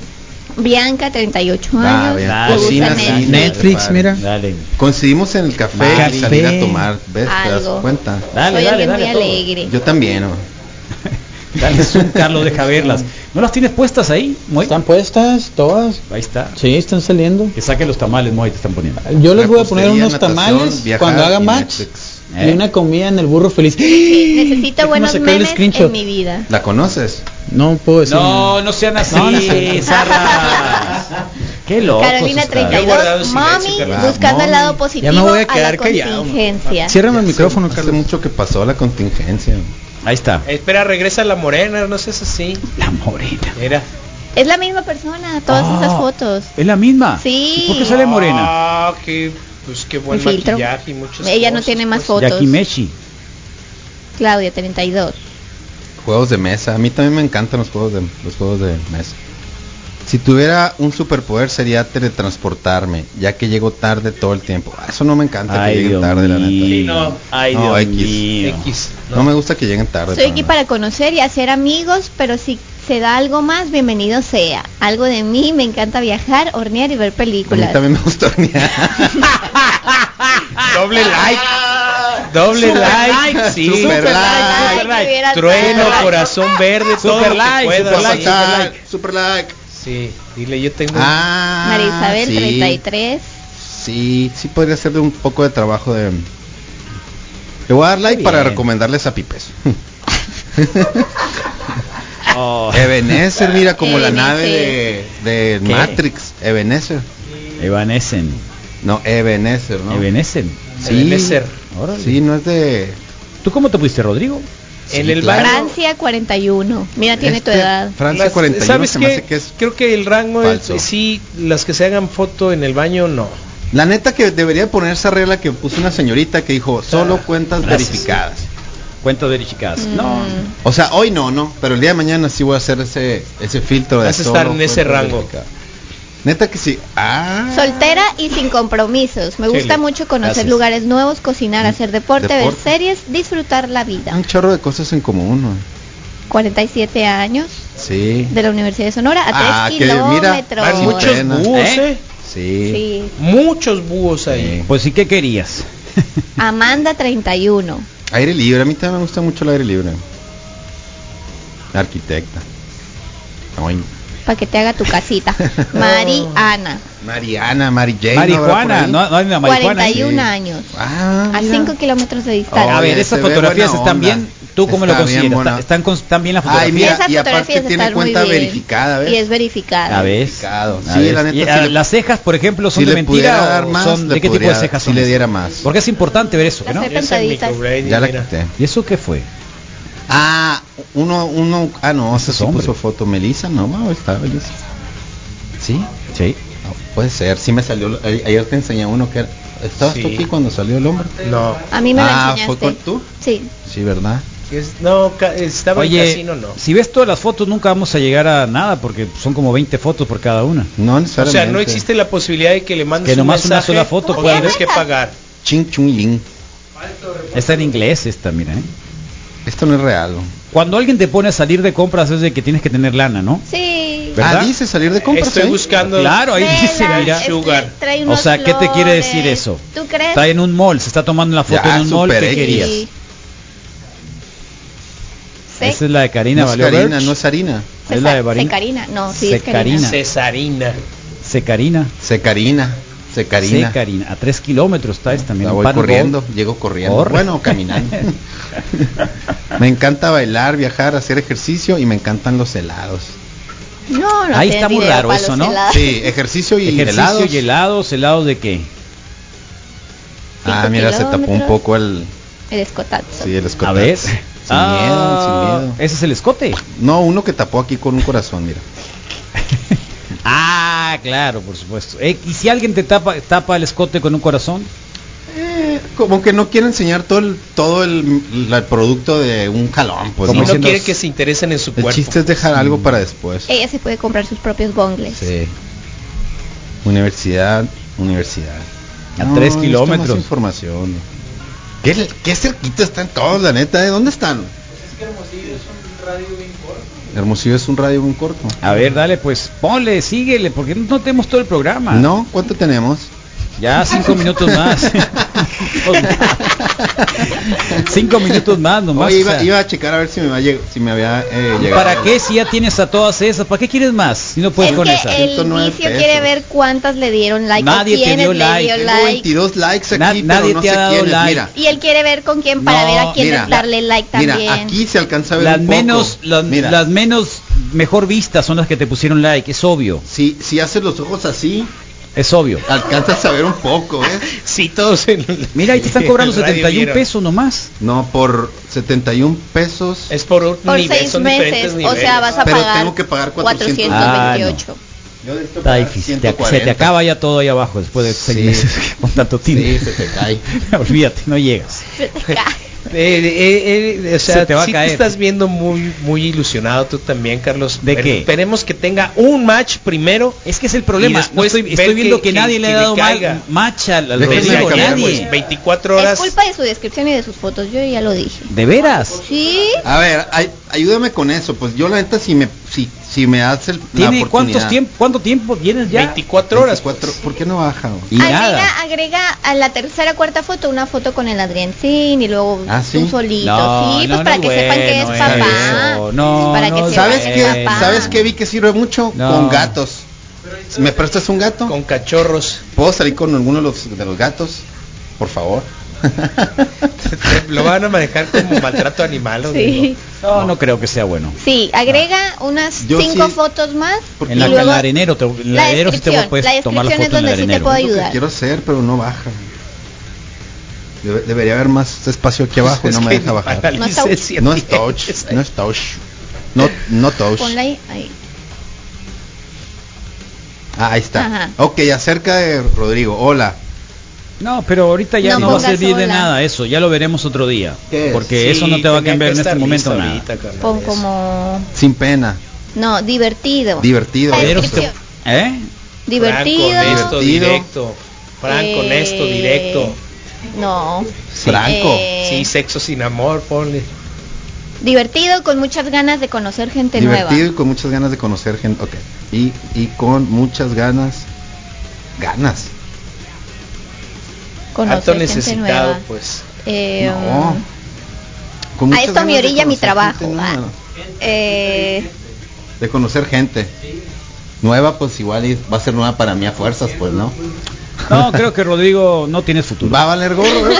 F: Bianca, 38
E: Ah,
F: años.
E: bien.
B: Dale.
F: Le gusta
B: Cocina,
F: Netflix.
B: cine.
C: Netflix, mira.
B: Dale.
E: Coincidimos en el café
C: Café.
E: y salir a tomar, ¿ves? ¿Te
F: Algo.
E: das cuenta?
B: Dale,
F: Soy
B: dale,
F: alguien
B: dale
F: muy
B: a todo.
F: alegre.
E: Yo también, ¿no?
B: Dale zoom, Carlos, deja verlas. ¿No las tienes puestas ahí, Moy?
C: ¿Están puestas todas?
B: Ahí está.
C: Sí, están saliendo.
B: Que saque los tamales, Moy, te están poniendo.
C: Yo les voy a poner
E: Repostería,
C: unos
E: natación,
C: tamales
E: viajar
C: cuando haga
E: y
C: match
E: Netflix.
B: Eh.
C: y una comida en el burro feliz. ¡Ah!
F: Necesito
C: Déjame
F: buenos
C: sacar el
F: memes
C: screenshot.
F: en mi vida.
E: ¿La conoces?
C: No puedo decir.
B: No, no sean
C: No, no
B: así,
C: sean-
B: zarras. Qué loco.
F: Carolina
D: Yo he guardado
F: 32.
D: silencio,
F: Mami,
E: Carla.
F: buscando
E: Mami.
F: el lado positivo
C: Ya me voy a
F: a,
C: quedar
F: la
C: callado.
F: contingencia.
C: Ciérrame el
E: Ya
C: micrófono,
E: hace,
C: Carlos.
E: hace mucho que pasó la contingencia.
B: Ahí está.
D: Espera, regresa la morena, no seas así.
B: La morena.
D: Era.
F: Es la misma persona, todas
B: Ah.
F: esas fotos.
B: ¿Es la misma?
F: Sí.
B: ¿Y por qué sale morena?
D: Ah, qué, pues qué buen
F: Un filtro.
D: maquillaje y muchas
F: Ella no
D: cosas,
F: tiene más
D: pues.
F: fotos.
B: Jackie Mechi.
F: Claudia, 32.
E: Juegos de mesa. A mí también me encantan los juegos de los juegos de mesa. Si tuviera un superpoder sería teletransportarme, ya que llego tarde todo el tiempo. Ah, Eso no me encanta que lleguen tarde, la neta.
D: no.
B: Ay,
E: No,
B: Dios
E: X.
B: mío.
D: X.
E: No. me gusta que lleguen tarde.
F: Estoy aquí
E: para
F: para conocer y hacer amigos, pero si se da algo más, bienvenido sea. Algo de mí, me encanta viajar, hornear y ver
E: nada. A mí
F: películas.
E: también me gusta hornear.
D: Doble like. Doble
B: Super
D: like.
B: like,
D: sí.
E: super like,
F: Ay,
E: super
F: que hubiera
D: Trueno,
F: tal.
D: corazón verde, todo
B: Super
D: lo
B: like,
D: que puedas.
B: super like,
D: Sí.
E: Fatal. Super like.
D: Sí, dile, yo tengo
E: Ah,
F: María Isabel,
E: sí,
F: 33.
E: Sí, sí podría ser de un poco de trabajo de. Le voy a dar like
B: Bien.
E: para recomendarles a Pipes.
B: Oh,
E: Ebenezer, mira como la nave
F: Ebenezer.
E: de, de
B: ¿Qué?
E: Matrix. Ebenezer.
B: Evanescen.
E: No, Ebenezer, ¿no?
B: Evanescen.
E: Sí.
D: Ebenezer.
B: Órale.
E: Sí, no es de.
B: ¿Tú cómo te pusiste, Rodrigo?
D: en el
E: claro.
D: baño.
F: Francia, 41. Mira, tiene tu
E: Este,
F: edad.
E: Francia
D: Las-
E: 41
D: ¿Sabes
E: se
D: qué?
E: me hace que es.
D: Creo que el rango es,
E: falso.
D: sí, las que se hagan foto en el baño no.
E: La neta que debería poner esa regla que puso una señorita que dijo, solo
D: Ah,
E: cuentas
B: Gracias.
E: verificadas.
B: Cuentas verificadas.
F: Mm.
B: No.
E: O sea, hoy no, no, pero el día de mañana sí voy a hacer ese ese filtro de
D: Vas a estar
E: solo
D: en ese
E: cuentas
D: rango.
E: verificadas. Neta que sí. Ah.
F: Soltera y sin compromisos. Me gusta
D: Chile.
F: mucho conocer
B: Gracias.
F: lugares nuevos, cocinar, hacer deporte, ver
E: Mm. Deporte.
F: series, disfrutar la vida.
E: Un chorro de cosas en común. ¿no?
F: 47 años
E: Sí.
F: de la Universidad de Sonora a
E: Ah,
F: 3
E: que mira,
F: kilómetros.
E: van
D: muchos
E: pena.
D: búhos,
B: ¿Eh?
D: ¿eh?
E: Sí.
F: Sí.
D: Muchos búhos ahí.
E: Sí.
B: Pues sí, ¿qué querías?
F: Amanda 31.
E: Aire libre, a mí también me gusta mucho el aire libre. La arquitecta. Ay.
F: Para que te haga tu casita.
E: Oh.
F: Mari Ana,
E: Mariana, Mari Jane.
B: marihuana.
E: ¿no? habrá
B: No, no hay una marihuana.
F: 41
E: sí.
F: años.
E: por ahí? Ah,
F: A
E: mira. Oh,
F: 5 kilómetros de
B: a
E: Oye,
F: distancia.
B: ver, esas
E: se ve
B: fotografías
E: buena
B: están
E: onda.
B: bien. ¿Tú cómo lo
E: Está bien
B: consideras?
E: buena.
B: ¿Está- ¿Están, con- están bien las
E: Ay,
B: fotografías?
E: mira,
F: Esas
E: y aparte
F: fotografías
E: tiene
F: están muy
E: cuenta
F: bien.
E: verificada, ¿ves?
F: Y es verificada.
B: A ver.
E: Verificado.
B: A
E: Sí,
B: ver.
E: la neta,
B: Y,
E: si
B: ah,
E: le-
B: las cejas, por ejemplo, son
E: si
B: de
E: le pudiera
B: mentira
E: dar
B: o
E: más,
B: son
E: le
B: de qué tipo de
E: podría-
B: cejas
E: si
B: son.
E: le diera
B: esas?
E: más.
B: Porque es importante ver eso,
F: Las
B: ¿no?
F: cejas-
D: Esa es
F: Sentaditas.
D: microbrain,
E: Ya la
D: mira.
E: quité.
B: ¿Y eso qué fue?
E: Ah, uno, uno, ah no, esa
B: Es
E: sí
B: hombre.
E: puso foto. Melissa, no, ma, está Melissa. ¿Sí?
B: Sí.
E: No, puede ser, sí me salió, a- ayer te enseñé uno que era, ¿estabas
H: Sí.
E: tú aquí cuando salió el hombre?
H: No.
F: A mí me lo
E: Ah,
F: enseñaste.
E: ¿fue con tú?
F: Sí.
E: Sí, ¿verdad?
H: Es- no, ca- estaba en
B: Oye,
H: casino, no.
B: si ves todas las fotos nunca vamos a llegar a nada porque son como 20 fotos por cada una.
E: No
H: O
E: necesariamente.
H: sea, no existe la posibilidad de que le mandes
B: Que nomás
H: un
B: una
H: mensaje
B: sola foto
H: o
B: puede
H: tienes
F: haber.
H: que pagar.
E: Ching chung yin.
B: Está en inglés esta, mira. ¿eh?
E: Esto no es real.
B: Cuando alguien te pone a salir de compras es de que tienes que tener lana, ¿no?
F: Sí.
B: ¿Verdad?
E: Ah, dice salir de compras.
H: Estoy
E: ¿eh?
H: buscando.
B: Claro, ahí
F: Velas,
B: dice, mira.
F: este,
H: Sugar.
F: trae
B: O
F: unos
B: sea, ¿qué te quiere
F: flores.
B: decir eso?
F: ¿Tú crees?
B: Está en un mall, se está tomando la foto
E: Ya,
B: en un mall
E: super
B: que
E: X.
B: querías.
F: Sí. Se-
B: Esa es la de Karina
E: No es
B: Valero
E: Karina,
B: Birch.
E: no es harina.
B: es la de Barina.
F: Secarina. No, sí, es
B: Secarina.
F: Karina.
H: Cesarina.
B: Secarina.
E: Secarina. Secarina.
B: Secarina. A tres kilómetros está esta, mira.
E: La
B: un
E: voy
B: pan
E: corriendo,
B: bowl.
E: llego corriendo.
B: Corre.
E: Bueno, caminando. me encanta bailar, viajar, hacer ejercicio y me encantan los helados.
F: No, no
B: Ahí
F: tienes
B: está muy
F: video
B: raro
F: para
B: eso,
F: los
B: ¿no?
F: helados.
E: Sí, eh. ejercicio y
B: Ejercicio
E: helados.
B: y helados. ¿Helados de qué?
E: Ah,
F: Cinco
E: mira, se tapó un
F: kilómetros.
E: poco el,
F: El escotazo.
E: sí, el
B: A
E: escotazo.
B: ver.
E: Sin
B: Ah,
E: miedo, sin miedo.
B: Ese es el escote.
E: No, uno que tapó aquí con un corazón, mira.
B: Ah, claro, por supuesto. Eh, ¿Y si alguien te tapa, tapa el escote con un corazón?
E: Eh, como que no quiere enseñar todo el, todo el, la- el producto de un jalón, pues.
H: Y
E: ¿no?
H: no
B: diciendo-
H: quiere que se interesen en su
E: El
H: cuerpo.
E: chiste es
B: Mm.
E: dejar algo para después.
F: Ella se puede comprar sus propios bongles.
E: Sí. Universidad, universidad.
B: A tres
E: necesito
B: kilómetros.
E: más información. ¿Qué, qué cerquita están todos, la neta, ¿eh? ¿Dónde están? Hermosillo es un radio bien corto. Hermosillo es un radio bien corto.
B: A ver, dale, pues ponle, síguele, porque no no tenemos todo el programa.
E: No, ¿cuánto tenemos?
B: Ya cinco minutos más. cinco minutos más nomás.
E: Oye,
B: o sea.
E: iba, iba a checar a ver si me, va a lleg- si me había eh, llegado.
B: ¿Para qué si ya tienes a todas esas? ¿Para qué quieres más? Si no puedes
F: es
B: Pues con
F: que
B: esa.
F: el
E: 109
F: vicio
E: pesos.
F: quiere ver cuántas le dieron like. o
B: Nadie te
F: quiénes
B: dio
F: le
B: like.
F: dio
E: Tengo
F: like.
E: 22 likes aquí,
B: Na-
E: pero
B: nadie
E: no
B: te
E: sé
B: ha dado
E: quiénes,
B: like.
E: Mira,
F: Y él quiere ver con quién para
B: No,
F: ver a quién
E: mira,
F: darle like
E: mira,
F: también.
E: aquí se alcanza a ver
B: Las
E: un poco.
B: menos, las,
E: Mira,
B: las menos mejor vistas son las que te pusieron like, es obvio,
E: si, si haces los ojos así,
B: es obvio.
E: alcanzas a ver un poco, ¿eh?
H: Sí, todos en-
B: Mira, ahí te están cobrando
H: en radio
B: 71
H: vieron.
B: pesos nomás.
E: No, por 71 pesos.
H: Es por un
F: por
H: nivel,
F: seis
H: son diferentes
F: meses. O
H: niveles.
F: sea, vas a
E: Pero
F: pagar,
E: tengo que pagar 400.
F: 428.
E: Yo necesito
B: Está
E: pagar
B: difícil, te, se
E: 140.
B: te acaba ya todo ahí abajo después de seis
E: Sí.
B: meses con tanto
E: Sí,
B: Tinder.
E: se te cae.
B: Olvídate, no llegas.
H: Eh, eh, eh, eh, o sea,
B: Se te va a
H: sí
B: caer.
H: te estás viendo muy muy ilusionado tú también, Carlos.
B: ¿De
H: Pero
B: qué?
H: Esperemos que tenga un match primero.
B: Es que es el problema.
H: Y
B: no
H: después
B: estoy,
H: ver
B: estoy viendo que,
H: que- que-
B: nadie le ha
H: que le
B: dado mal,
H: caiga.
B: macha al, al
E: Déjenme
B: Rodrigo,
E: acabar,
B: nadie.
H: pues, 24
F: Es
H: horas.
F: culpa de su descripción y de sus fotos. Yo ya lo dije.
B: ¿De veras?
F: Sí.
E: A ver, ay- ayúdame con eso. Pues yo la neta, si me, si, si me das el, la
B: ¿Tiene cuántos
E: oportunidad.
B: tiempo, cuánto tiempo tienes ya?
H: 24 horas. pues.
E: 24, ¿Por qué no baja? güey?
B: Y nada.
F: Agrega, agrega a la tercera cuarta foto una foto con el Adriancín y luego
E: Ah, ¿sí?
F: tú solito.
B: No,
F: sí,
B: no, no
F: pues para
B: es
F: que sepan que es
B: bueno
F: papá.
B: eso, no,
F: para
B: no,
F: que sepan
E: ¿Sabes
B: Sí,
F: que es
E: qué?
F: papá.
E: ¿Sabes qué vi que sirve mucho?
B: No.
E: Con gatos. ¿Me prestas un gato?
H: Con cachorros.
E: ¿Puedo salir con alguno de los, de los gatos? Por favor.
H: Lo van a manejar como maltrato animal. o
F: Sí.
B: No, no creo que sea bueno.
F: Sí, agrega unas
E: Yo
F: cinco
E: sí-
F: fotos más
E: Porque
B: En la,
F: y
E: en
F: luego
B: el arenero, te, el
F: la
B: arenero sí te
F: descripción,
B: puedes
F: la
B: tomar la
F: descripción es
B: foto en el
F: donde sí te
B: arenero.
F: puedo
E: Es lo que
F: ayudar.
E: quiero hacer, pero no baja. Debe- debería haber más espacio aquí abajo y
H: Es
E: no me
H: que
E: deja bajar.
H: para la
F: No está-
H: licencia
E: No es
H: tiene
E: touch,
H: que ser.
E: no es touch. No, no touch.
F: Ponla ahí. ahí.
E: Ah, ahí está.
F: Ajá.
E: Ok, acerca de Rodrigo. Hola.
B: No, pero ahorita ya
F: No
B: no, va a
F: pongas
B: servir de
F: sola.
B: nada eso, ya lo veremos otro día.
E: ¿Qué es?
B: Porque
H: Sí,
B: eso no te va a
H: tenía
B: cambiar
H: que
B: en este
H: estar
B: momento
H: listo
B: nada.
H: ahorita, carnal,
F: Pon
H: eso.
F: como.
E: Sin pena.
F: No, divertido.
E: Divertido.
F: La
B: Pero
F: descripción.
B: si te- ¿Eh?
F: Divertido.
H: Franco, honesto,
E: Divertido.
H: directo. Franco, honesto,
F: eh,
H: directo.
F: No.
E: Sí. Franco.
F: eh,
H: Sí, sexo sin amor, ponle.
F: Divertido con muchas ganas de conocer gente
E: Divertido
F: nueva.
E: y con muchas ganas de conocer gente. Ok. Y, y con muchas ganas. Ganas.
H: Alto
F: Conocer gente
H: necesitado,
F: nueva.
H: pues.
F: Eh,
E: no. Con
F: a esto a mi
E: ganas de
F: orilla mi
E: conocer
F: trabajo.
E: gente
F: ah,
E: nueva.
F: eh,
E: De conocer gente. Nueva, pues igual y va a ser nueva para mí a fuerzas, pues, ¿no?
B: No, creo que Rodrigo no tiene futuro.
E: Va a valer gorro. ¿eh?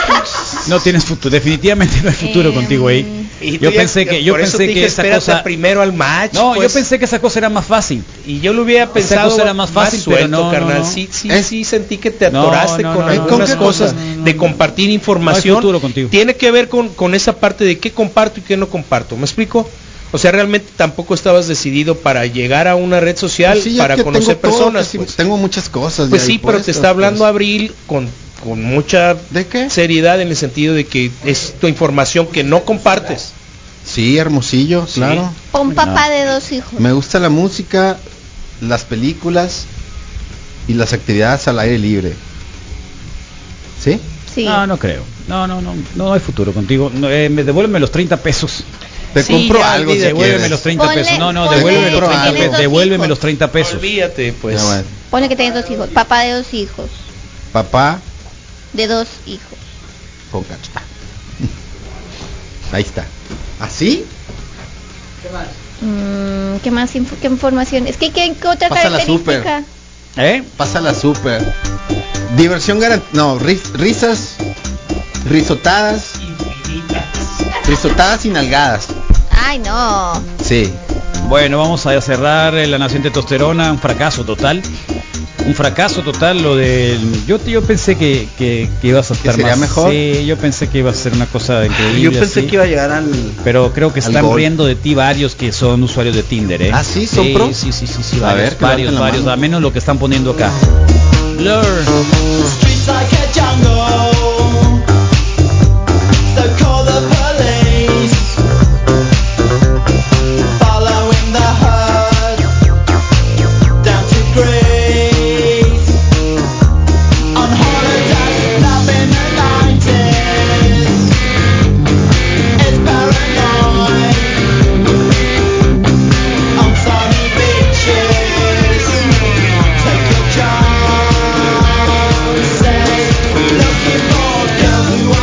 B: No tienes futuro, definitivamente no hay futuro
F: Em,
B: contigo ahí.
H: Y
B: Yo
H: tú ya-
B: pensé que yo
H: por eso
B: pensé
H: te
B: que
H: dije,
B: esa
H: espérate
B: cosa
H: primero al match.
B: No, yo
H: pues.
B: pensé que esa cosa era más fácil.
H: y yo lo hubiera pensado
B: cosa era más fácil, pero no, no,
H: carnal.
B: no.
H: Sí, sí,
E: Es-
H: sí sentí que te
B: No,
H: atoraste
B: no,
H: con
B: no, no,
H: algunas
B: no, no,
H: cosas
B: no, no, no,
H: de
B: no.
H: compartir
B: No
H: información.
B: hay futuro contigo.
H: Tiene que ver con con esa parte de qué comparto y qué no comparto. ¿Me explico? O sea, realmente tampoco estabas decidido para llegar a una red social
E: Pues Sí, es
H: para
E: que
H: conocer
E: tengo todo,
H: personas.
E: que sí,
H: pues.
E: Tengo muchas cosas.
H: Pues
E: ya
H: sí, pero te
E: dispuestas,
H: está hablando
E: pues.
H: Abril con, con mucha
E: ¿De qué?
H: seriedad en el sentido de que es tu información que no compartes.
E: Sí, Hermosillo, claro.
F: Un papá de dos hijos.
E: Me gusta la música, las películas y las actividades al aire libre. ¿Sí?
F: Sí.
B: No, no creo. No, no, no, no hay futuro contigo. No, eh, me- devuélveme los 30 pesos.
E: Te
H: Sí,
E: compro
H: ya,
E: algo si
H: olvídate.
B: Devuélveme los
E: quieres.
B: 30
F: Ponle-
B: pesos. No, no,
F: ponle
B: devuélveme los
E: que
B: 30
E: tienes
B: pesos.
E: dos
B: Devuélveme
F: hijos.
B: los 30 pesos.
H: Olvídate, pues.
E: Ya, bueno.
F: Pone que tenés dos hijos. Papá de dos hijos.
E: Papá
F: De dos hijos.
E: con cacheta. Ahí está. ¿Ah, ¿Así?
F: Mm, ¿Qué más? info- ¿Qué información? Es que ¿qué, qué otra
E: Pasa la súper.
F: característica?
B: ¿Eh?
E: Pasa la super. Diversión garantizada. No, ris- risas. Risotadas. Risotadas y nalgadas.
F: Ay, no.
E: Sí.
B: Bueno, vamos a cerrar eh, la nación de Tosterona, un fracaso total. Un fracaso total lo del... Yo, yo pensé que, que- que ibas a estar
E: sería
B: más...
E: mejor?
B: Sí, yo pensé que iba a ser una cosa increíble.
I: Yo pensé
B: así.
I: que iba a llegar al.
B: Pero creo que
E: Al
B: están
E: gol.
B: riendo de ti varios que son usuarios de Tinder, ¿eh?
E: ¿Ah, sí? ¿Son pro?
B: Sí, sí, sí, sí,
E: A
B: varios,
E: ver, que
B: varios,
E: levanten la
B: varios,
E: mano.
B: a menos lo que están poniendo acá. Learn.
J: Take your chances, looking for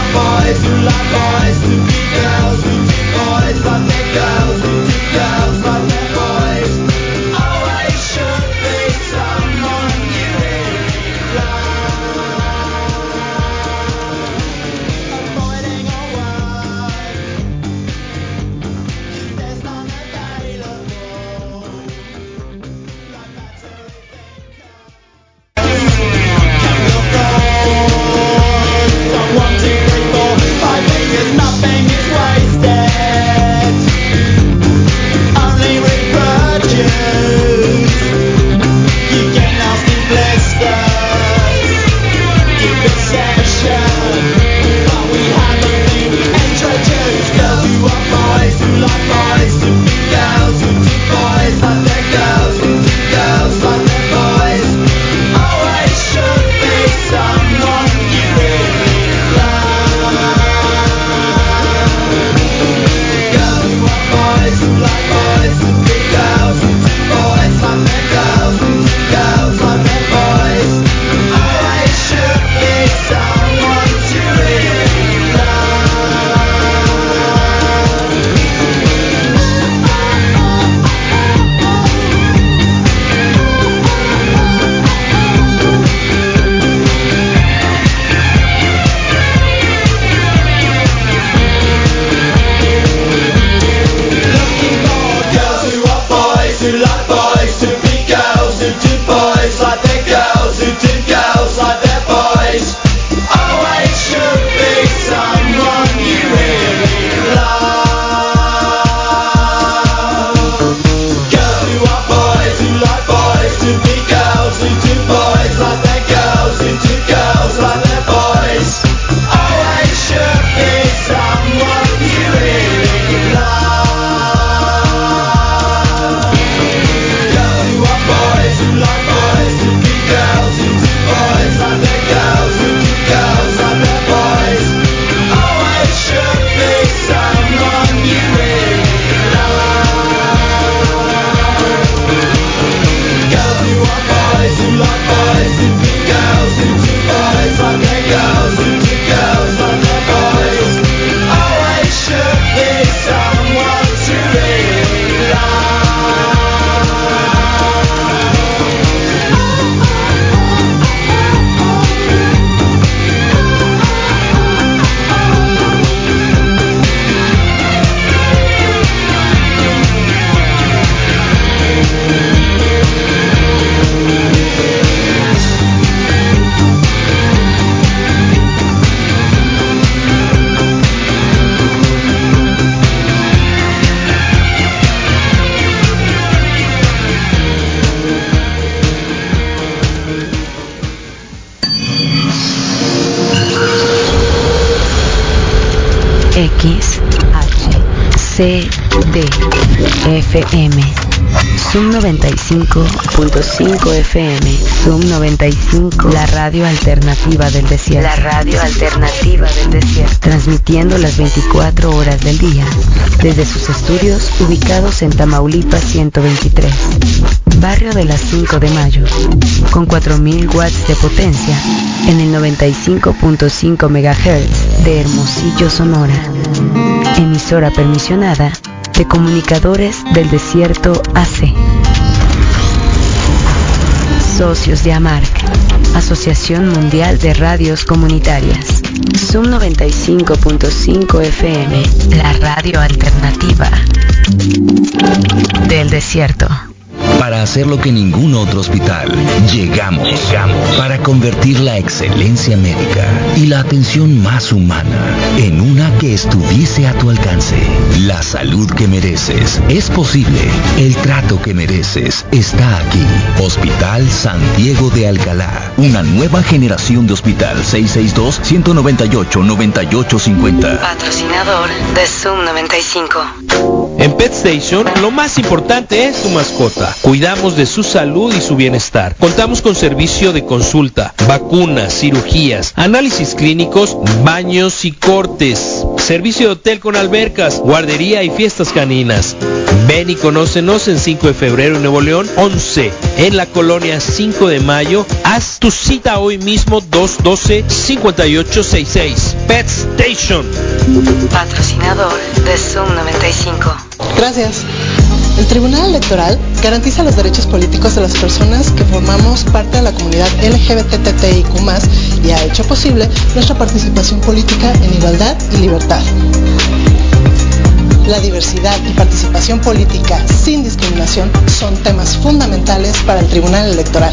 I: X, H, C, D, FM. Zoom 95.5 FM. Zoom 95. La radio alternativa del desierto. La radio alternativa del desierto. Transmitiendo las 24 horas del día. Desde sus estudios ubicados en Tamaulipas 123. Barrio de las 5 de mayo. Con 4.000 watts de potencia. En el 95.5 MHz de Hermosillo, Sonora. Emisora permisionada de Comunicadores del Desierto AC. Socios de AMARC, Asociación Mundial de Radios Comunitarias. Zoom 95.5 FM, la radio alternativa del desierto.
J: Para hacer lo que ningún otro hospital, llegamos, para convertir la excelencia médica y la atención más humana en una que estuviese a tu alcance. La salud que mereces es posible. El trato que mereces está aquí. Hospital Santiago de Alcalá. Una nueva generación de hospital 662-198-9850.
I: Patrocinador de Zoom 95.
H: En Pet Station lo más importante es tu mascota. Cuidamos de su salud y su bienestar. Contamos con servicio de consulta, vacunas, cirugías, análisis clínicos, baños y cortes. Servicio de hotel con albercas, guardería y fiestas caninas. Ven y conócenos en 5 de febrero en Nuevo León 11, en la colonia 5 de mayo. Haz tu cita hoy mismo 212-5866. Pet Station.
I: Patrocinador de Zoom 95.
K: Gracias. El Tribunal Electoral garantiza los derechos políticos de las personas que formamos parte de la comunidad LGBTTIQ y ha hecho posible nuestra participación política en igualdad y libertad. La diversidad y participación política sin discriminación son temas fundamentales para el Tribunal Electoral.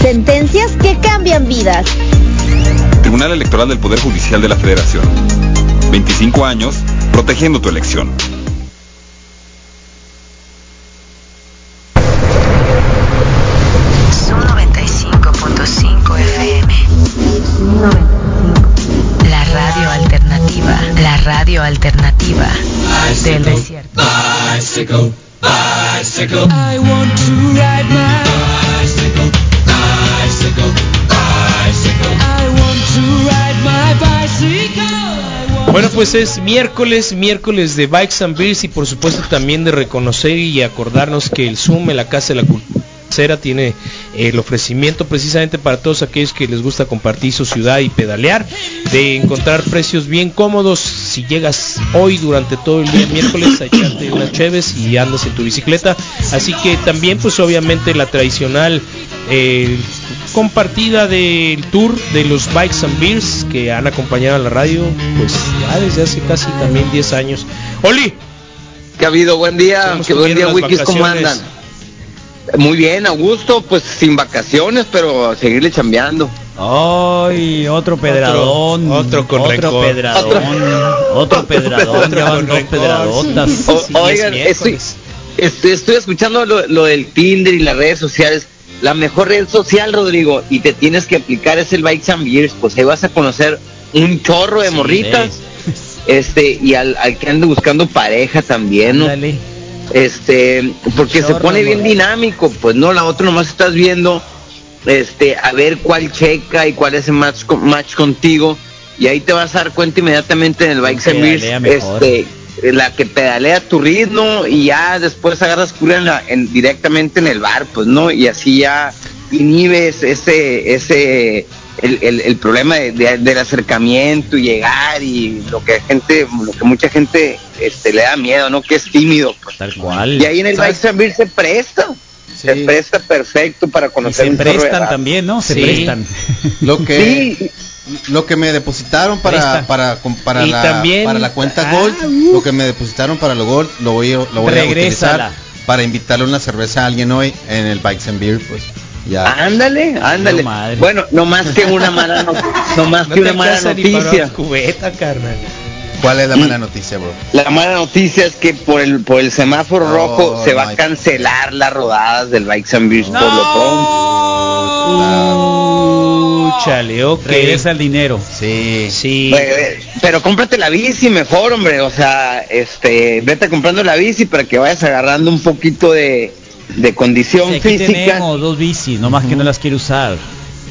F: Sentencias que cambian vidas.
L: Tribunal Electoral del Poder Judicial de la Federación. 25 años protegiendo tu elección.
I: Zoom 95.5 FM. 95. La radio alternativa. La radio alternativa del desierto.
A: Bicycle, bicycle. I want to ride my bicycle, bicycle, bicycle. I want to ride my bicycle.
H: Bueno, pues es miércoles, miércoles de Bikes and Beers y por supuesto también de reconocer y acordarnos que el Zoom en la Casa de la Cultura Cera tiene eh, el ofrecimiento precisamente para todos aquellos que les gusta compartir su ciudad y pedalear, de encontrar precios bien cómodos. Si llegas hoy durante todo el día miércoles a echarte unas cheves y andas en tu bicicleta. Así que también pues obviamente la tradicional eh, compartida del tour de los Bikes and Beers que han acompañado a la radio pues ya desde hace casi también 10 años. ¡Oli!
M: Que ha habido buen día,
H: ¿Cómo
M: que buen día
H: estuvieron las
M: Wikis, ¿cómo
H: vacaciones?
M: andan? Muy bien, a gusto, pues sin vacaciones, pero a seguirle chambeando.
B: Ay, otro pedradón.
H: otro con rencor.
B: pedradón. Otro, pedradón.
H: Otro
B: ya
H: con
B: van dos
H: rencor.
B: pedradotas.
M: O-
B: Sí,
M: oigan,
B: es
M: estoy,
B: miércoles.
M: estoy, estoy escuchando lo, lo del Tinder y las redes sociales. La mejor red social, Rodrigo, y te tienes que aplicar es el Bikes and Beers, pues ahí vas a conocer un chorro de
B: Sí,
M: morritas. Este, y al, al que ande buscando pareja también, ¿no?
B: Ándale.
M: este porque
B: Chorro,
M: se pone bien
B: güey.
M: dinámico pues no la otra nomás estás viendo este a ver cuál checa y cuál es el match con- match contigo y ahí te vas a dar cuenta inmediatamente en el bike and Beers,
B: Pedalea mejor.
M: este la que pedalea tu ritmo y ya después agarras cura en la- en- directamente en el bar pues no y así ya inhibes ese ese el, el- el problema de- de- del acercamiento y llegar y lo que gente lo que mucha gente este le da miedo no que es tímido pues.
B: Tal cual.
M: Y ahí en el
B: ¿Sabes?
M: Bikes and Beer se presta. Se presta perfecto para
B: Y
M: conocer
B: se
M: un chorro de
B: prestan
M: raza.
B: también, ¿no? Se
H: Sí.
B: prestan.
E: Lo que
M: Sí,
E: lo que me depositaron para
B: Presta.
E: para com- para
H: Y
E: la
H: también-
E: para la cuenta
B: Ah,
E: Gold,
B: uh.
E: lo que me depositaron para lo Gold, lo voy a- lo voy a
B: Regrésala.
E: utilizar para invitarle una cerveza a alguien hoy en el Bikes and Beer, pues. Ya.
M: ándale, ándale.
B: No, madre.
M: bueno, no más que una mala, no, no más
H: No
M: que
H: te
M: una mala
H: alcanza ni para
M: noticia.
H: una cubeta, carnal.
E: ¿Cuál es la mala noticia, bro?
M: La mala noticia es que por el por el semáforo
E: Oh,
M: rojo se va
E: my-
M: a
E: Ah.
M: cancelar las rodadas del Bikes and Beers por lo pronto.
E: Puta.
H: Chale, ok.
B: Regresa el dinero.
E: Sí.
H: Sí.
M: Re- Pues, eh, Pero cómprate la bici mejor, hombre. O sea, este, vete comprando la bici para que vayas agarrando un poquito de, de condición
E: eh,
B: Sí, aquí
M: física.
B: tenemos dos bicis, nomás que no las quiere usar.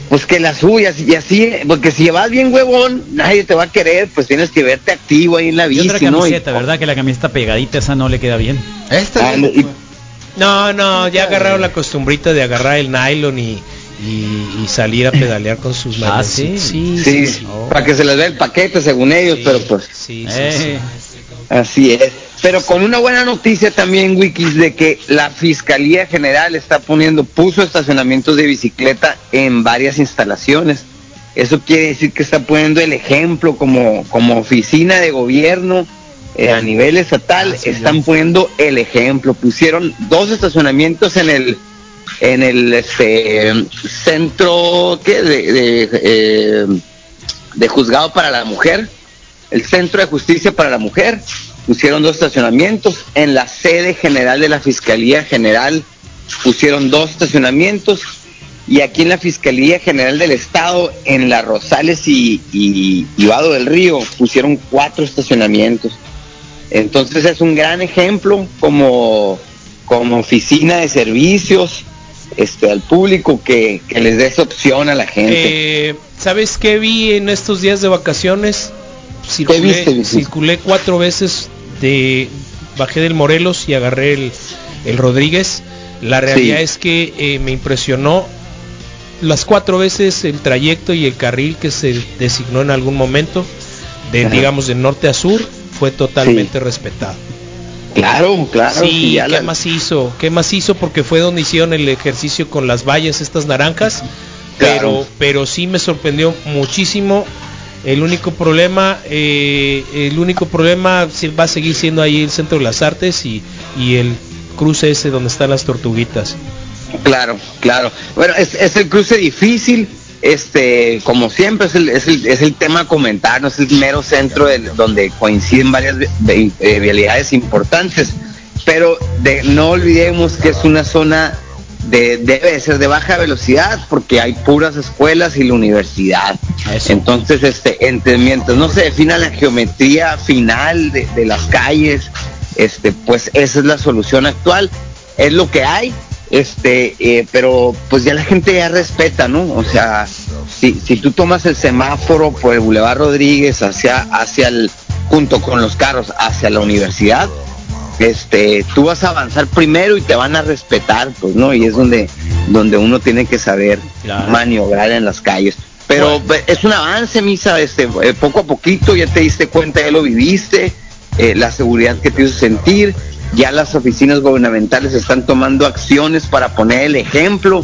M: Pues que las suyas y así, eh, porque si vas bien huevón, nadie te va a querer, pues tienes que verte activo ahí en la
B: Y
M: bici,
B: otra
M: ¿no? Y-
B: camiseta, ¿verdad? Que la camiseta pegadita esa no le queda bien.
E: Esta
M: Ande- y-
H: Ah, No, no, ya agarraron la costumbrita de agarrar el nylon y, y- y salir a pedalear con sus manos.
B: sí.
H: sí,
M: sí, para que se les vea el paquete según ellos, pero pues
H: sí, sí,
B: Eh.
M: así es. Pero con una buena noticia también, Wikis, de que la Fiscalía General está poniendo, puso estacionamientos de bicicleta en varias instalaciones. Eso quiere decir que está poniendo el ejemplo como, como oficina de gobierno eh, a nivel estatal, están poniendo el ejemplo. Pusieron dos estacionamientos en el en el este, centro ¿qué? de, de, eh, de juzgado para la mujer, el centro de justicia para la mujer, pusieron dos estacionamientos, en la sede general de la Fiscalía General pusieron dos estacionamientos y aquí en la Fiscalía General del Estado, en la Rosales y, y, y Vado del Río, pusieron cuatro estacionamientos. Entonces es un gran ejemplo como, como oficina de servicios este, al público que, que les dé esa opción a la gente.
H: Eh, ¿Sabes qué vi en estos días de vacaciones? Circulé,
M: viste, Luis?
H: circulé cuatro veces de bajé del Morelos y agarré el, el Rodríguez. La realidad
M: Sí.
H: es que eh, me impresionó las cuatro veces el trayecto y el carril que se designó en algún momento, de
M: Ajá.
H: digamos de norte a sur, fue totalmente respetado.
M: claro, claro. sí,
H: Sí,
M: ya
H: ¿qué
M: la-
H: más hizo? ¿Qué más hizo? Porque fue donde hicieron el ejercicio con las vallas, estas naranjas.
M: Claro.
H: Pero, pero sí me sorprendió muchísimo. El único problema, eh, el único problema sí va a seguir siendo ahí el centro de las artes y, y el cruce ese donde están las tortuguitas.
M: Claro, claro. Bueno, es, es el cruce difícil, este, como siempre, es el, es el, es el tema a comentar, no es el mero centro del- donde coinciden varias vi- vi- eh, vialidades importantes, pero de, no olvidemos que es una zona de, debe de ser de baja velocidad porque hay puras escuelas y la universidad. Entonces, este, entre, mientras no se defina la geometría final de, de las calles, este, pues esa es la solución actual, es lo que hay, este, eh, pero pues ya la gente ya respeta, ¿no? O sea, si, si tú tomas el semáforo por el Boulevard Rodríguez hacia, hacia el, junto con los carros, hacia la universidad, este, tú vas a avanzar primero y te van a respetar, pues, ¿no? Y es donde, donde uno tiene que saber maniobrar en las calles. Pero pues, es un avance, Misa, este, eh, poco a poquito ya te diste cuenta, ya lo viviste, eh, la seguridad que te hizo sentir, ya las oficinas gubernamentales están tomando acciones para poner el ejemplo,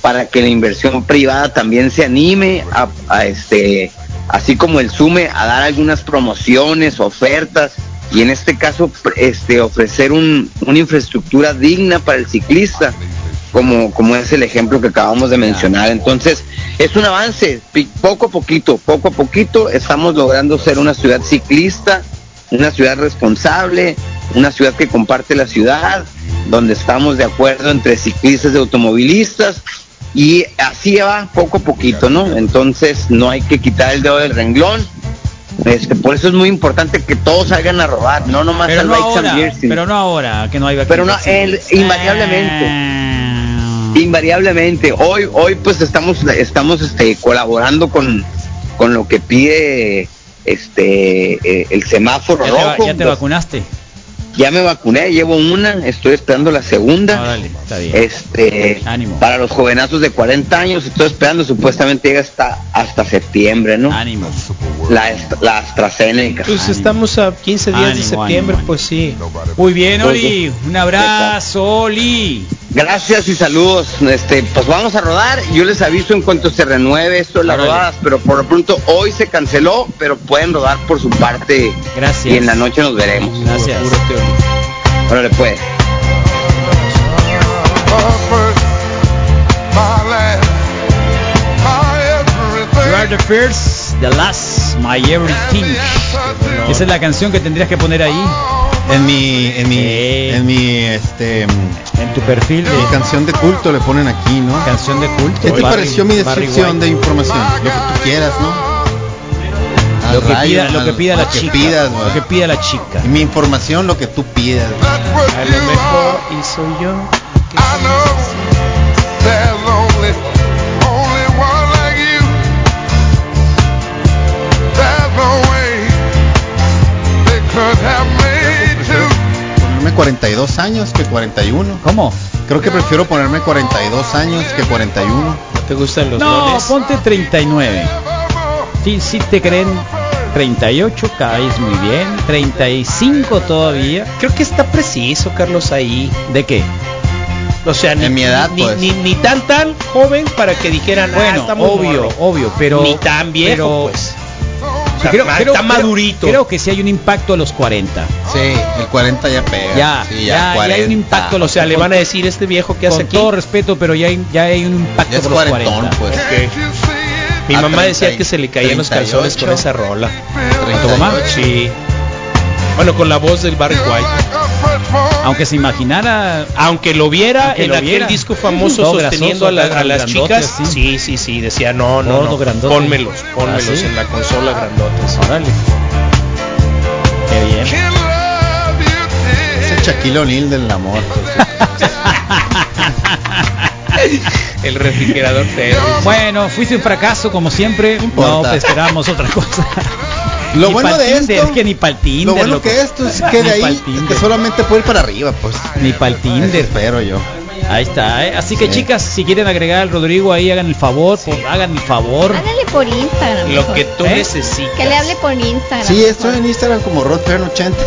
M: para que la inversión privada también se anime a, a, este, así como el SUME, a dar algunas promociones, ofertas, y en este caso pr- este, ofrecer un- una infraestructura digna para el ciclista como, como es el ejemplo que acabamos de mencionar. Entonces, es un avance, pi- poco a poquito, poco a poquito estamos logrando ser una ciudad ciclista, una ciudad responsable, una ciudad que comparte la ciudad, donde estamos de acuerdo entre ciclistas y automovilistas, y así va poco a poquito, ¿no? Entonces, no hay que quitar el dedo del renglón. Este, por eso es muy importante que todos salgan a robar, no nomás
B: Pero
M: al
B: no,
M: Bikes and
B: ahora,
M: Beers, sino-
B: pero no ahora, que no hay Eh.
M: pero no,
B: vacaciones.
M: él, invariablemente.
B: ah.
M: Invariablemente. Hoy, hoy pues estamos, estamos este, colaborando con, con lo que pide este eh, el semáforo
B: Ya te, va-
M: rojo.
B: ya te
M: Los-
B: vacunaste.
M: ya me vacuné, llevo una, estoy esperando la segunda. Este, para los jovenazos de 40 años, estoy esperando, supuestamente llega hasta hasta septiembre, ¿no?
B: Ánimo.
M: La, est- la AstraZeneca.
H: Pues estamos a 15 días de
M: Ánimo,
H: septiembre, pues sí.
B: Muy bien, Oli. Un abrazo, Oli.
M: Gracias y saludos. Este, pues vamos a rodar. Yo les aviso en cuanto se renueve esto de las rodadas, pero por lo pronto hoy se canceló, pero pueden rodar por su parte.
B: Gracias.
M: Y en la noche nos veremos.
B: Gracias.
M: Órale, pues.
B: You are the first, the last, my everything. Esa es la canción que tendrías que poner ahí.
E: En mi, en mi, en mi, este,
B: En en tu perfil de
E: canción de culto le ponen aquí, ¿no?
B: Canción de culto.
E: ¿Qué te
B: Barry-
E: pareció mi
B: Barry
E: descripción
B: White.
E: de información? Lo que tú quieras, ¿no?
B: Lo
E: Al
B: que
E: rayo,
B: pida, lo
E: al-
B: que pida la
E: lo que
B: chica.
E: pidas, güey.
B: lo que pida la chica.
E: Y mi información, lo que tú pidas.
H: A lo mejor y soy yo.
E: Ponerme 42 años que 41.
B: ¿Cómo?
E: Creo que prefiero ponerme 42 años que 41.
H: ¿Te gustan los
B: No, ponte 39. Si sí, te creen 38, caes muy bien. 35 todavía.
H: Creo que está preciso, Carlos, ahí.
B: ¿De qué?
H: O sea, ni,
B: En mi edad,
H: ni,
B: pues.
H: ni, ni tan tan joven para que dijeran, ah,
B: Bueno,
H: está muy
B: obvio,
H: morro.
B: obvio, pero
H: Ni tan viejo,
B: pero-
H: pues.
B: O
H: sea, ma- está madurito.
B: Creo, que sí hay un impacto a los 40.
E: Sí, el 40 ya pega.
B: Ya,
E: Sí,
B: ya, ya hay un impacto a
H: O
B: los
H: sea, le
B: con-
H: van a decir este viejo que hace
B: Con
H: aquí.
B: todo respeto, pero ya hay, ya hay un impacto
E: Ya es
B: a los 40.
E: cuarentón, pues.
H: Mi
E: A
H: mamá decía
E: 30 y-
H: que se le caían los calzones con
E: 38.
H: esa rola.
B: ¿A tu mamá?
H: Sí. Bueno, con la voz del Barry White.
B: Aunque se imaginara
H: Aunque lo viera
B: Aunque
H: en
B: lo
H: aquel
B: viera.
H: disco famoso
B: Todo
H: sosteniendo a, la-
B: grasoso,
H: a las
B: grandote,
H: chicas.
B: así.
H: Sí, sí, sí. Decía, no, no,
B: Gordo,
H: no.
B: grandote.
H: Pónmelos, pónmelos
B: Ah, sí.
H: en la consola grandotes.
B: Órale. Qué bien.
E: Es el Shaquille O'Neal del amor.
H: El refrigerador Terry.
B: Bueno, fuiste un fracaso como siempre. No,
E: importa.
B: te esperamos otra cosa.
E: Lo
B: Ni
E: bueno
B: pa'l
E: de
B: Tinder,
E: esto-
B: es que ni pa'l Tinder,
E: Lo bueno
B: loco.
E: que esto es que de
B: Ni pa'l
E: ahí que
B: Tinder.
E: solamente puede ir para arriba, pues.
B: Ni pa'l
E: Eso
B: Tinder.
E: espero yo.
B: Ahí está, ¿eh? Así que
E: Sí.
B: chicas, si quieren agregar al Rodrigo ahí, hagan el favor, por- hagan el favor.
F: Hágale por Instagram.
H: Lo
F: mejor.
H: que tú
B: ¿Eh?
H: necesitas.
F: Que le hable por Instagram.
E: Sí, estoy en Instagram como RodFern80.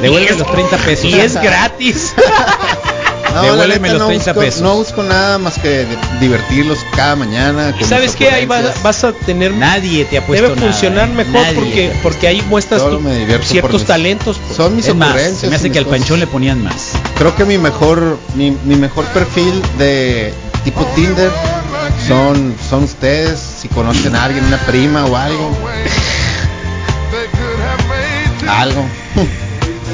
B: Devuelve los 30 pesos.
H: Y es gratis.
E: No, la
B: Devuélveme
E: neta,
B: los
E: no
B: 30
E: busco,
B: pesos.
E: no busco nada más que de- divertirlos cada mañana. con
H: ¿Y
E: mis
H: sabes qué? Ahí va-
E: ocurrencias.
H: vas a tener.
B: Nadie te ha puesto
H: Debe
B: nada,
H: funcionar
B: ¿eh?
H: mejor
B: Nadie te ha
H: porque
B: puesto.
H: porque ahí muestras
E: Solo
H: tu-
E: me divierto por
H: ciertos
E: mis-
H: talentos. pues.
E: Son mis
B: Es más,
E: ocurrencias.
B: se me hace
E: y
B: que al
E: mis cosas.
B: panchón le ponían más.
E: Creo que mi mejor, mi, mi mejor perfil de tipo Tinder son, son ustedes. Si conocen a alguien, una prima o algo. Algo.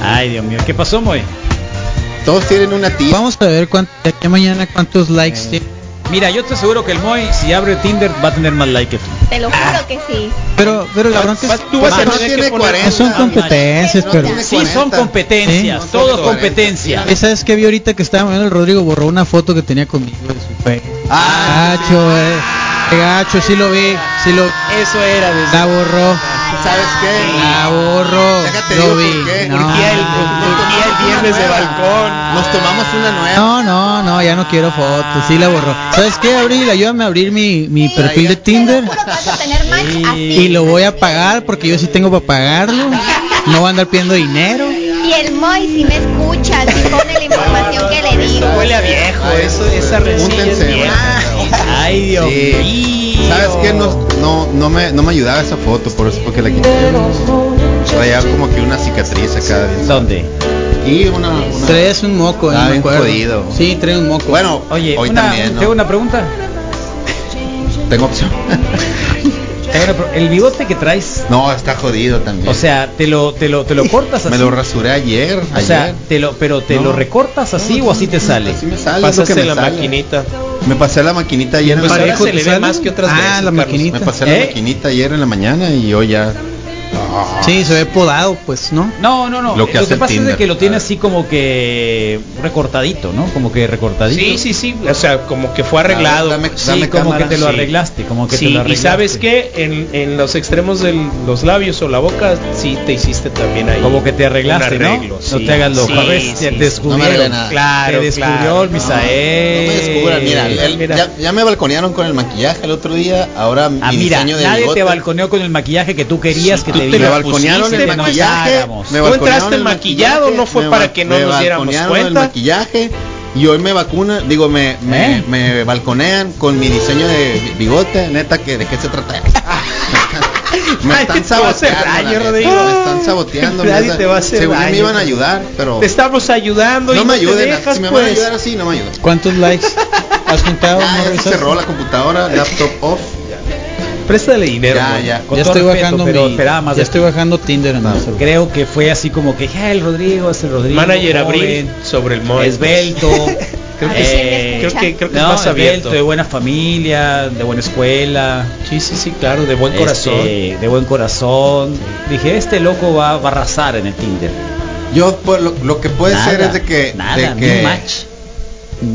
B: Ay, Dios mío, ¿qué pasó, Moy?
E: Todos tienen una tía.
C: Vamos a ver cuánto, de aquí a mañana cuántos
B: Eh.
C: likes tiene.
B: Mira, yo te aseguro que el Moy, si abre Tinder, va a tener más like que tú.
F: Te lo juro que sí.
C: Pero, pero la bronca es
H: Tú
E: Pues
H: vas a
E: que no
H: tener que
E: tiene
H: poner-
E: 40.
C: no son competencias,
F: No
C: pero
F: tiene-
B: Sí, son
E: 40.
B: competencias,
E: Sí.
B: todo
E: Son
B: competencia.
C: esa es que vi ahorita que estaba viendo el Rodrigo borró una foto que tenía conmigo de su fe.
E: Ah,
C: Gacho, eh. Qué Gacho, sí lo vi, sí lo
H: Eso era desde
C: la borró,
E: ¿Sabes qué?
C: la borró,
E: Déjate digo
C: lo vi.
E: por qué.
C: No.
E: Urgía el-
H: urgía el viernes de balcón.
E: Nos tomamos una nueva.
C: No, no, no, ya no quiero fotos, sí la borró. ¿Sabes qué, Abril? Ayúdame a abrir mi, mi perfil de
F: Te
C: Tinder
F: lo juro que vas a tener match así.
C: y lo voy a pagar porque yo sí tengo para pagarlo. No voy a andar pidiendo dinero.
F: Y el Moy si me escucha, si pone la información que le digo.
H: Huele a viejo,
E: Ay, pues,
H: eso, esa resilla es
E: júntense,
H: vieja.
B: Ay, Dios
E: Sí.
B: mío.
E: ¿Sabes qué? No, no, no, me, no me ayudaba esa foto, por eso fue que la quité. Traía como que una cicatriz acá.
B: ¿Dónde?
E: Y una... una-
C: Traes un moco, eh,
E: Ah,
C: me
E: bien
C: acuerdo.
E: jodido.
C: Sí, trae un moco.
E: Bueno,
B: Oye,
E: hoy
B: una,
E: también, ¿no?
B: tengo una pregunta.
E: Tengo opción.
B: Tengo una pre- el bigote que traes,
E: no, está jodido también.
B: o sea, te lo, te lo, te lo cortas así.
E: me lo rasuré ayer.
B: o sea, te lo, pero te
E: No.
B: lo recortas así o así te sale.
E: Así me sale. es lo que
H: Pasaste
E: me
H: la
E: sale.
H: maquinita.
E: Me pasé la maquinita ayer en
H: Pues
E: la
H: ahora
E: mañana.
H: se le ve más que otras
C: Ah,
H: veces.
C: la
H: Carlos.
C: maquinita.
E: Me pasé
B: ¿Eh?
E: la maquinita ayer en la mañana y hoy ya... Ah.
C: Sí, se ve podado, pues, ¿no?
B: No, no, no.
E: Lo
B: Lo
E: que
B: que,
E: hace el
B: pasa es de
E: Tinder. Ah.
B: que lo tiene así como que recortadito, ¿no? Como que recortadito.
H: Sí, sí, sí. O sea, como que fue arreglado.
E: Dame-
B: Sí, como
E: cámara.
B: que te lo
H: Sí.
B: arreglaste, como que
H: Sí,
B: te lo
H: y
B: arreglaste.
H: sabes qué, en, en los extremos de los labios o la boca, sí te hiciste también ahí.
B: Como que te arreglaste,
H: un arreglo,
B: ¿no?
H: sí.
B: no te hagas loco.
H: Sí,
B: a ver,
H: sí,
B: te
H: sí.
E: No me
B: descubrieron.
E: arregla nada.
B: Te
H: Claro,
B: descubrió
H: claro.
B: el Misael.
E: No me descubran, mira, el- Ya, ya me balconearon con el maquillaje el otro día, ahora mi
B: Ah, mira,
E: diseño de
B: nadie
E: bigote.
B: te balconeó con el maquillaje que tú querías
E: Tú
B: que te,
E: te
B: vieran.
E: lo balconearon el
B: Pusiste, no
E: maquillaje,
B: hagamos.
E: me
H: Tú
E: balconearon
H: entraste
E: el
H: maquillado,
E: maquillaje,
H: no fue
E: me
H: para
E: bal-
H: que no
E: me
H: nos diéramos
E: balconearon el
H: cuenta.
E: maquillaje y hoy me vacuna, digo, me, me,
B: ¿Eh?
E: me balconean con mi diseño de bi- bigote, neta, que de qué se trata. me
H: Nadie
E: están
H: te va a hacer
E: saboteando, la
H: daño,
E: neta,
H: Rodrigo.
E: me están saboteando.
H: Nadie
E: neta.
H: te va a hacer
E: Según yo me
H: daño. pues.
E: iban a ayudar, pero
H: Te estamos ayudando y
E: no me
H: te
E: ayuden,
H: dejas,
E: si me van a
H: pues.
E: ayudar así, no me ayuden.
C: ¿Cuántos likes has juntado?
E: Ah,
C: ¿No
E: ya se
C: revisaste?
E: cerró la computadora, laptop off.
B: préstale dinero.
E: Ya,
B: güey.
E: ya.
B: Con
C: Ya
B: todo
C: estoy
B: respeto,
C: bajando
B: pero
C: mi-
B: esperaba más
C: ya
B: de
C: estoy
B: ti.
C: bajando Tinder en mi celular.
B: Creo que fue así como que, "Ah, el Rodrigo es el Rodrigo.
H: Manager Abril
B: joven,
H: sobre el móvil.
B: Esbelto. Eh,
H: Creo que sí, creo que- creo que es más abierto.
B: De buena familia, de buena escuela.
H: Sí, sí, sí, claro, de buen
B: Este,
H: corazón.
B: de buen corazón. Dije, este loco va, va a arrasar en el Tinder.
E: Yo pues, lo, lo que puede
B: Nada,
E: ser es de que,
B: nada,
E: de que
B: ni match.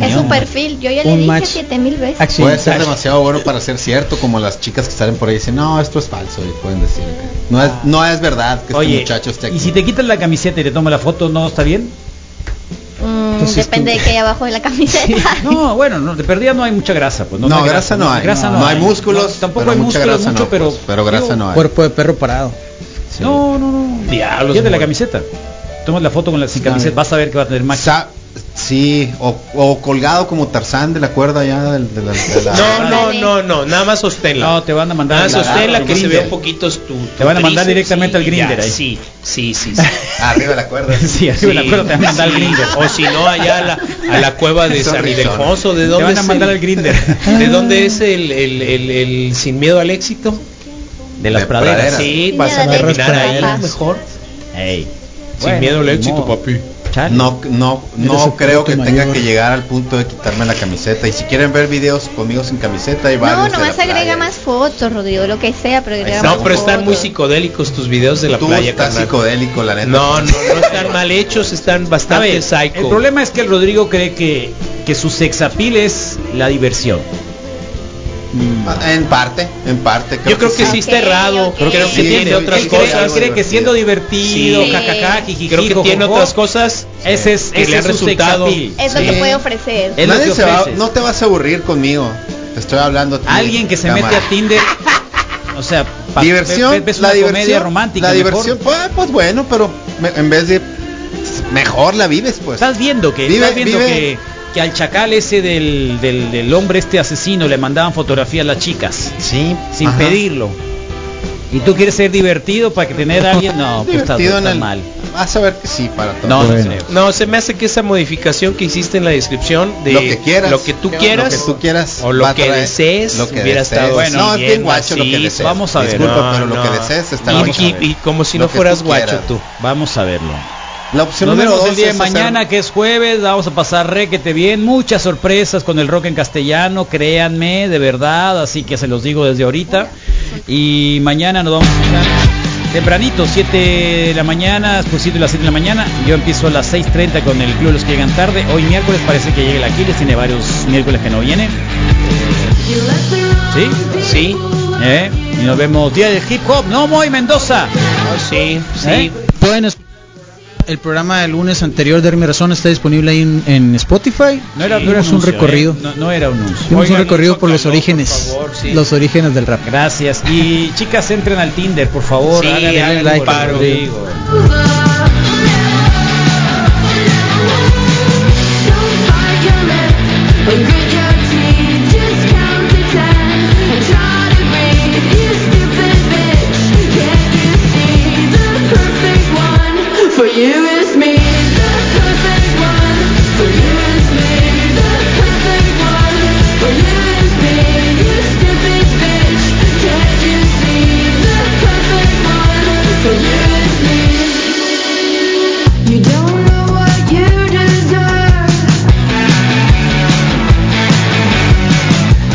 F: Es un perfil, yo ya le
E: Un
F: dije
E: match.
F: siete mil veces.
E: puede ser demasiado bueno para ser cierto, como las chicas que salen por ahí dicen, no, esto es falso y pueden decir. que No es,
H: Ah.
E: no es verdad que
B: Oye,
E: este muchacho esté
B: y
E: aquí.
B: si te quitas la camiseta y te tomas la foto, ¿no está bien?
F: Mm,
B: Entonces
F: depende
B: tú-
F: de qué hay abajo de la camiseta.
B: No, bueno, no, de perdida no hay mucha grasa. Pues,
E: No,
B: hay
E: grasa no hay.
B: grasa
E: No hay músculos,
B: tampoco
E: pero
B: hay
E: mucha
B: músculos,
E: grasa
B: mucho,
E: no,
B: pero,
E: pues, pero grasa
B: digo,
E: no hay.
C: Cuerpo de perro parado.
B: No, no, no.
H: Diablos,
B: Quítate la
H: güey.
B: camiseta. Tomas la foto con la sin camiseta, vas a ver que va a tener más.
E: Sa- sí, o, o colgado como Tarzán de la cuerda ya del- de la- de la-
H: No, no, no, no, nada más sosténla.
B: No, te van a mandar
H: Nada
B: al-
H: más sosténla
B: al
H: que se
B: Grindr.
H: vea un poquito tu, tu
B: Te van a mandar
H: tríceps
B: directamente
H: y
B: al Grindr
H: ya,
B: ahí.
H: Sí, sí, sí. sí.
E: arriba de la cuerda.
B: Sí, arriba de la cuerda te van a mandar al
H: sí.
B: Grindr.
H: O si no, allá a la, a la cueva de
B: Son
H: San
B: rizones.
H: Ildefonso. ¿De
B: Te
H: dónde
B: van a
H: es
B: mandar
H: el-
B: al Grindr.
H: ¿De dónde es el, el, el, el sin miedo al éxito?
B: De las
H: De
B: praderas.
H: praderas. Sí, vas a
B: De las
H: terminar ahí,
B: praderas.
H: mejor.
B: Ey.
H: Sin miedo al éxito, papi.
B: Chale.
E: No, no,
B: Eres el
E: no creo que
B: adulto
E: tenga
B: mayor.
E: que llegar al punto de quitarme la camiseta. Y si quieren ver videos conmigo sin camiseta, hay
F: No,
E: varios. de la
F: nomás agrega
E: playa.
F: más fotos, Rodrigo, lo que sea, pero agrega más
H: No, pero están
F: fotos.
H: muy psicodélicos tus videos de la
E: Tú
H: playa.
E: estás
H: carnal.
E: psicodélico, la neta.
H: No, no, no están mal hechos, están
B: A
H: bastante
B: ver,
H: psycho.
B: el problema es que el Rodrigo cree que, que su sexapil es la diversión.
E: Ah, En parte, en parte.
H: Yo creo que sí está errado.
F: ok. Creo que
H: Creo que
E: sí,
H: tiene
E: creo
H: otras
E: que cree-
H: cosas.
E: cree que siendo
B: divertido,
H: Sí.
B: jajaja, jijiji,
H: Creo que tiene
B: jojojo,
H: otras cosas.
B: Ese es,
H: que
B: ese
H: le
B: es
H: han
B: su
H: resultado.
B: sexapil.
F: Es lo
E: Sí.
F: que puede ofrecer.
B: Es lo
E: Nadie
B: que
E: se va-
B: ofreces.
E: no te vas a aburrir conmigo. Te estoy hablando. a ti,
B: Alguien que se
E: cámara.
B: mete a Tinder, o sea, pa-
E: diversión,
B: ve- ves
E: la
B: una
E: diversión,
B: comedia romántica.
E: la
B: mejor.
E: diversión, pues, pues bueno, pero me- en vez de mejor la vives, pues.
B: Estás viendo que,
E: Vive-
B: estás viendo
E: vive-
B: que, que al chacal ese del, del, del hombre este asesino le mandaban fotografías a las chicas.
E: Sí,
B: Sin
E: ajá.
B: pedirlo. Y tú quieres ser divertido para que tener a alguien. No, pues estás,
E: Divertido en
B: estás
E: el-
B: mal.
E: Vas a ver que sí para todo.
B: No, no
E: Bueno.
B: creo.
H: No, se me hace que esa modificación que hiciste en la descripción de
E: lo que quieras,
H: lo que tú
E: Lo
H: quieras,
E: que tú quieras,
H: o
E: va
H: lo
E: a
H: que
E: traer-
H: desees,
E: lo que
H: hubiera
E: desees.
H: estado
E: Bueno, no, es bien
H: siguiendo
E: guacho lo que
H: así.
E: desees.
B: Vamos a ver.
E: Disculpa,
H: No,
E: pero lo
H: no.
E: que desees está
H: Y-
E: guacho.
H: y, y como si
E: Lo
H: no
E: que
H: fueras
E: tú
H: guacho
E: quieras.
H: tú.
B: Vamos a verlo.
E: La opción
B: Nos
E: número
B: vemos
E: dos
B: el día de
E: es hacer-
B: mañana que es jueves, vamos a pasar requete bien, muchas sorpresas con el rock en castellano, créanme, de verdad, así que se los digo desde ahorita. Y mañana nos vamos a escuchar tempranito, 7 de la mañana, Esposito y las 7 de la mañana, yo empiezo a las 6.30 con el Club de los que llegan tarde, hoy miércoles parece que llega el Aquiles, tiene varios miércoles que no viene. ¿Sí?
H: Sí,
B: ¿Eh? Y nos vemos día del hip hop, no Moy Mendoza.
H: sí, sí.
B: ¿Eh?
C: Pueden es- el programa del lunes anterior de Mi Razón está disponible ahí en, en Spotify.
B: No era, no era
C: Hicimos un
B: anuncio, ¿eh?
C: recorrido.
B: No, no era un anuncio.
C: Hicimos
H: Oigan,
C: un recorrido
H: mucho
C: por los
H: calor, por
C: orígenes.
H: favor, sí.
C: Los orígenes del rap.
B: Gracias. Y chicas, entren al Tinder, por favor.
H: Sí,
B: háganle
H: háganle
B: un
H: like,
B: paro.
H: Rodrigo.
A: For you is me, the perfect one. For you is me, the perfect one. For you is me, you stupid bitch. Can't you see the perfect one? For you is me. You don't know what you deserve,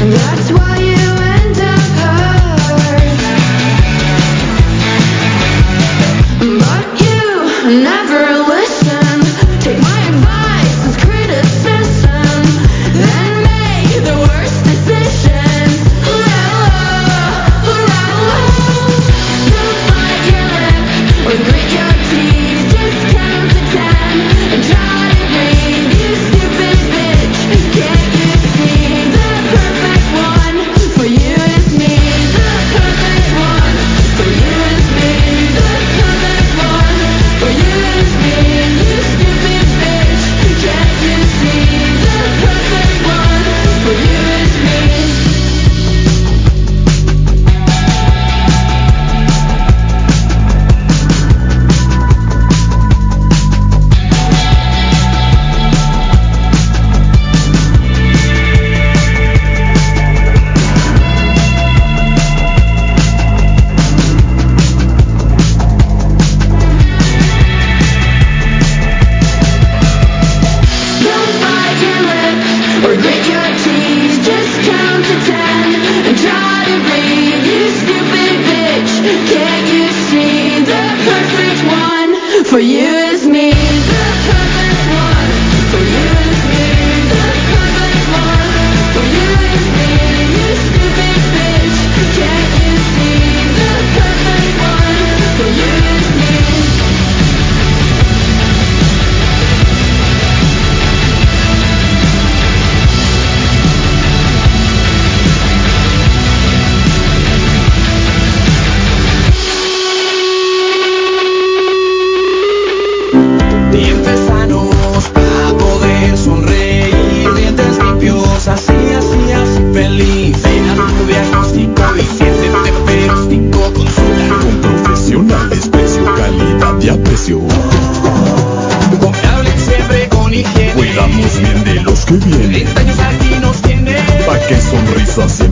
A: and that's why you end up hurt. But you never listen. Take my advice as criticism, then make the worst decision. Bite your lip or grit your teeth. Just count to ten and try to breathe. You stupid bitch, can't you see the perfect one?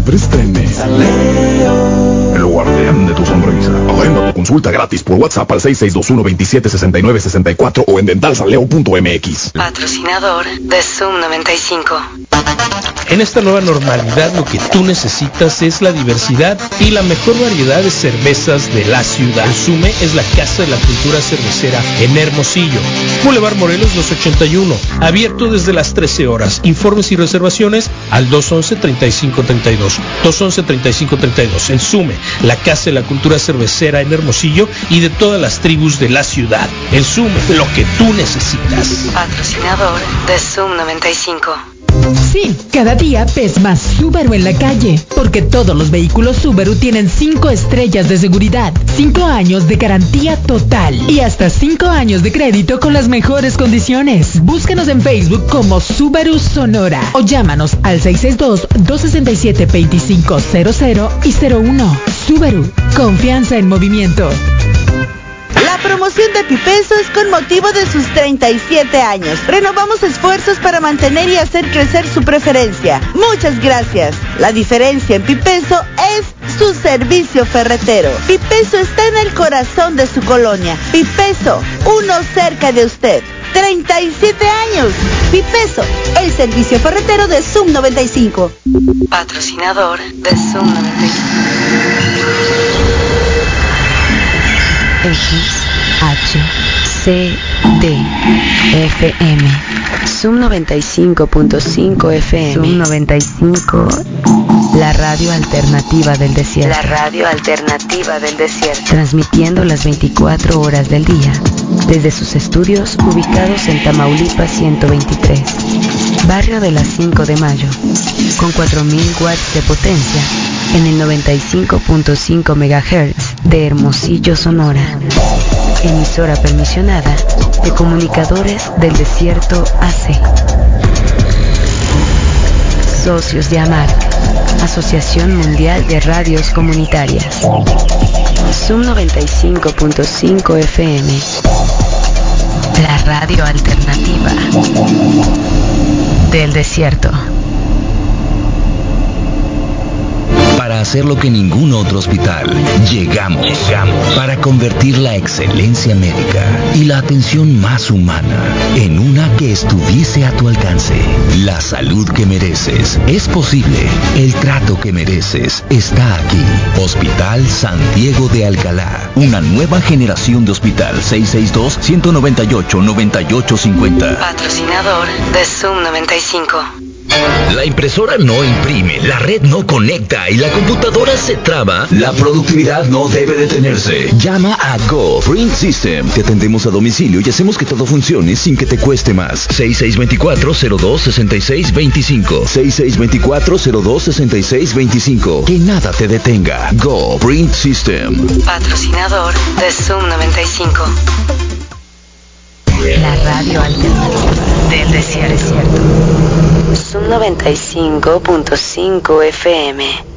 N: Prestrene. El guardián de tu sonrisa. Agenda tu consulta gratis por WhatsApp al 6621-2769-64 o en dentalsaleo.mx.
I: Patrocinador de Zoom 95.
H: En esta nueva normalidad lo que tú necesitas es la diversidad y la mejor variedad de cervezas de la ciudad. Consume es la casa de la cultura cervecera en Hermosillo. Boulevard Morelos 281, abierto desde las 13 horas. Informes y reservaciones al 211-3532. 211-3532. En Sume, la casa de la cultura cervecera en Hermosillo y de todas las tribus de la ciudad. En Sume, lo que tú necesitas.
I: Patrocinador de Zoom 95.
O: Sí, cada día ves más Subaru en la calle, porque todos los vehículos Subaru tienen 5 estrellas de seguridad, 5 años de garantía total y hasta 5 años de crédito con las mejores condiciones. Búscanos en Facebook como Subaru Sonora o llámanos al 662-267-2500 y 01. Subaru, confianza en movimiento.
P: La promoción de Pipesos con motivo de sus 37 años. Renovamos esfuerzos para mantener y hacer crecer su preferencia. Muchas gracias. La diferencia en Pipeso es su servicio ferretero. Pipeso está en el corazón de su colonia. Pipeso, uno cerca de usted. 37 años. Pipeso, el servicio ferretero de Zoom 95.
I: Patrocinador de Zoom 95.
J: X,
I: H, C, D, FM. Zoom 95.5 FM. Zoom 95. La radio alternativa del desierto.
O: La radio alternativa del desierto.
I: Transmitiendo las 24 horas del día. Desde sus estudios ubicados en Tamaulipas 123. Barrio de las 5 de Mayo. Con 4.000 watts de potencia. En el 95.5 MHz de Hermosillo, Sonora. Emisora permisionada de comunicadores del desierto AC. Socios de AMAR, Asociación Mundial de Radios Comunitarias. Zoom 95.5 FM. La radio alternativa del desierto.
J: Para hacer lo que ningún otro hospital, llegamos, para convertir la excelencia médica y la atención más humana en una que estuviese a tu alcance. La salud que mereces es posible. El trato que mereces está aquí. Hospital Santiago de Alcalá. Una nueva generación de hospital 662-198-9850.
I: Patrocinador de Zoom 95.
J: La impresora no imprime, la red no conecta y la computadora se traba, la productividad no debe detenerse. Llama a Go Print System. Te atendemos a domicilio y hacemos que todo funcione sin que te cueste más. 6624-026625. 6624-026625. Que nada te detenga. Go Print System.
I: Patrocinador de Zoom 95. La radio alternativa del desierto. Zoom 95.5 FM.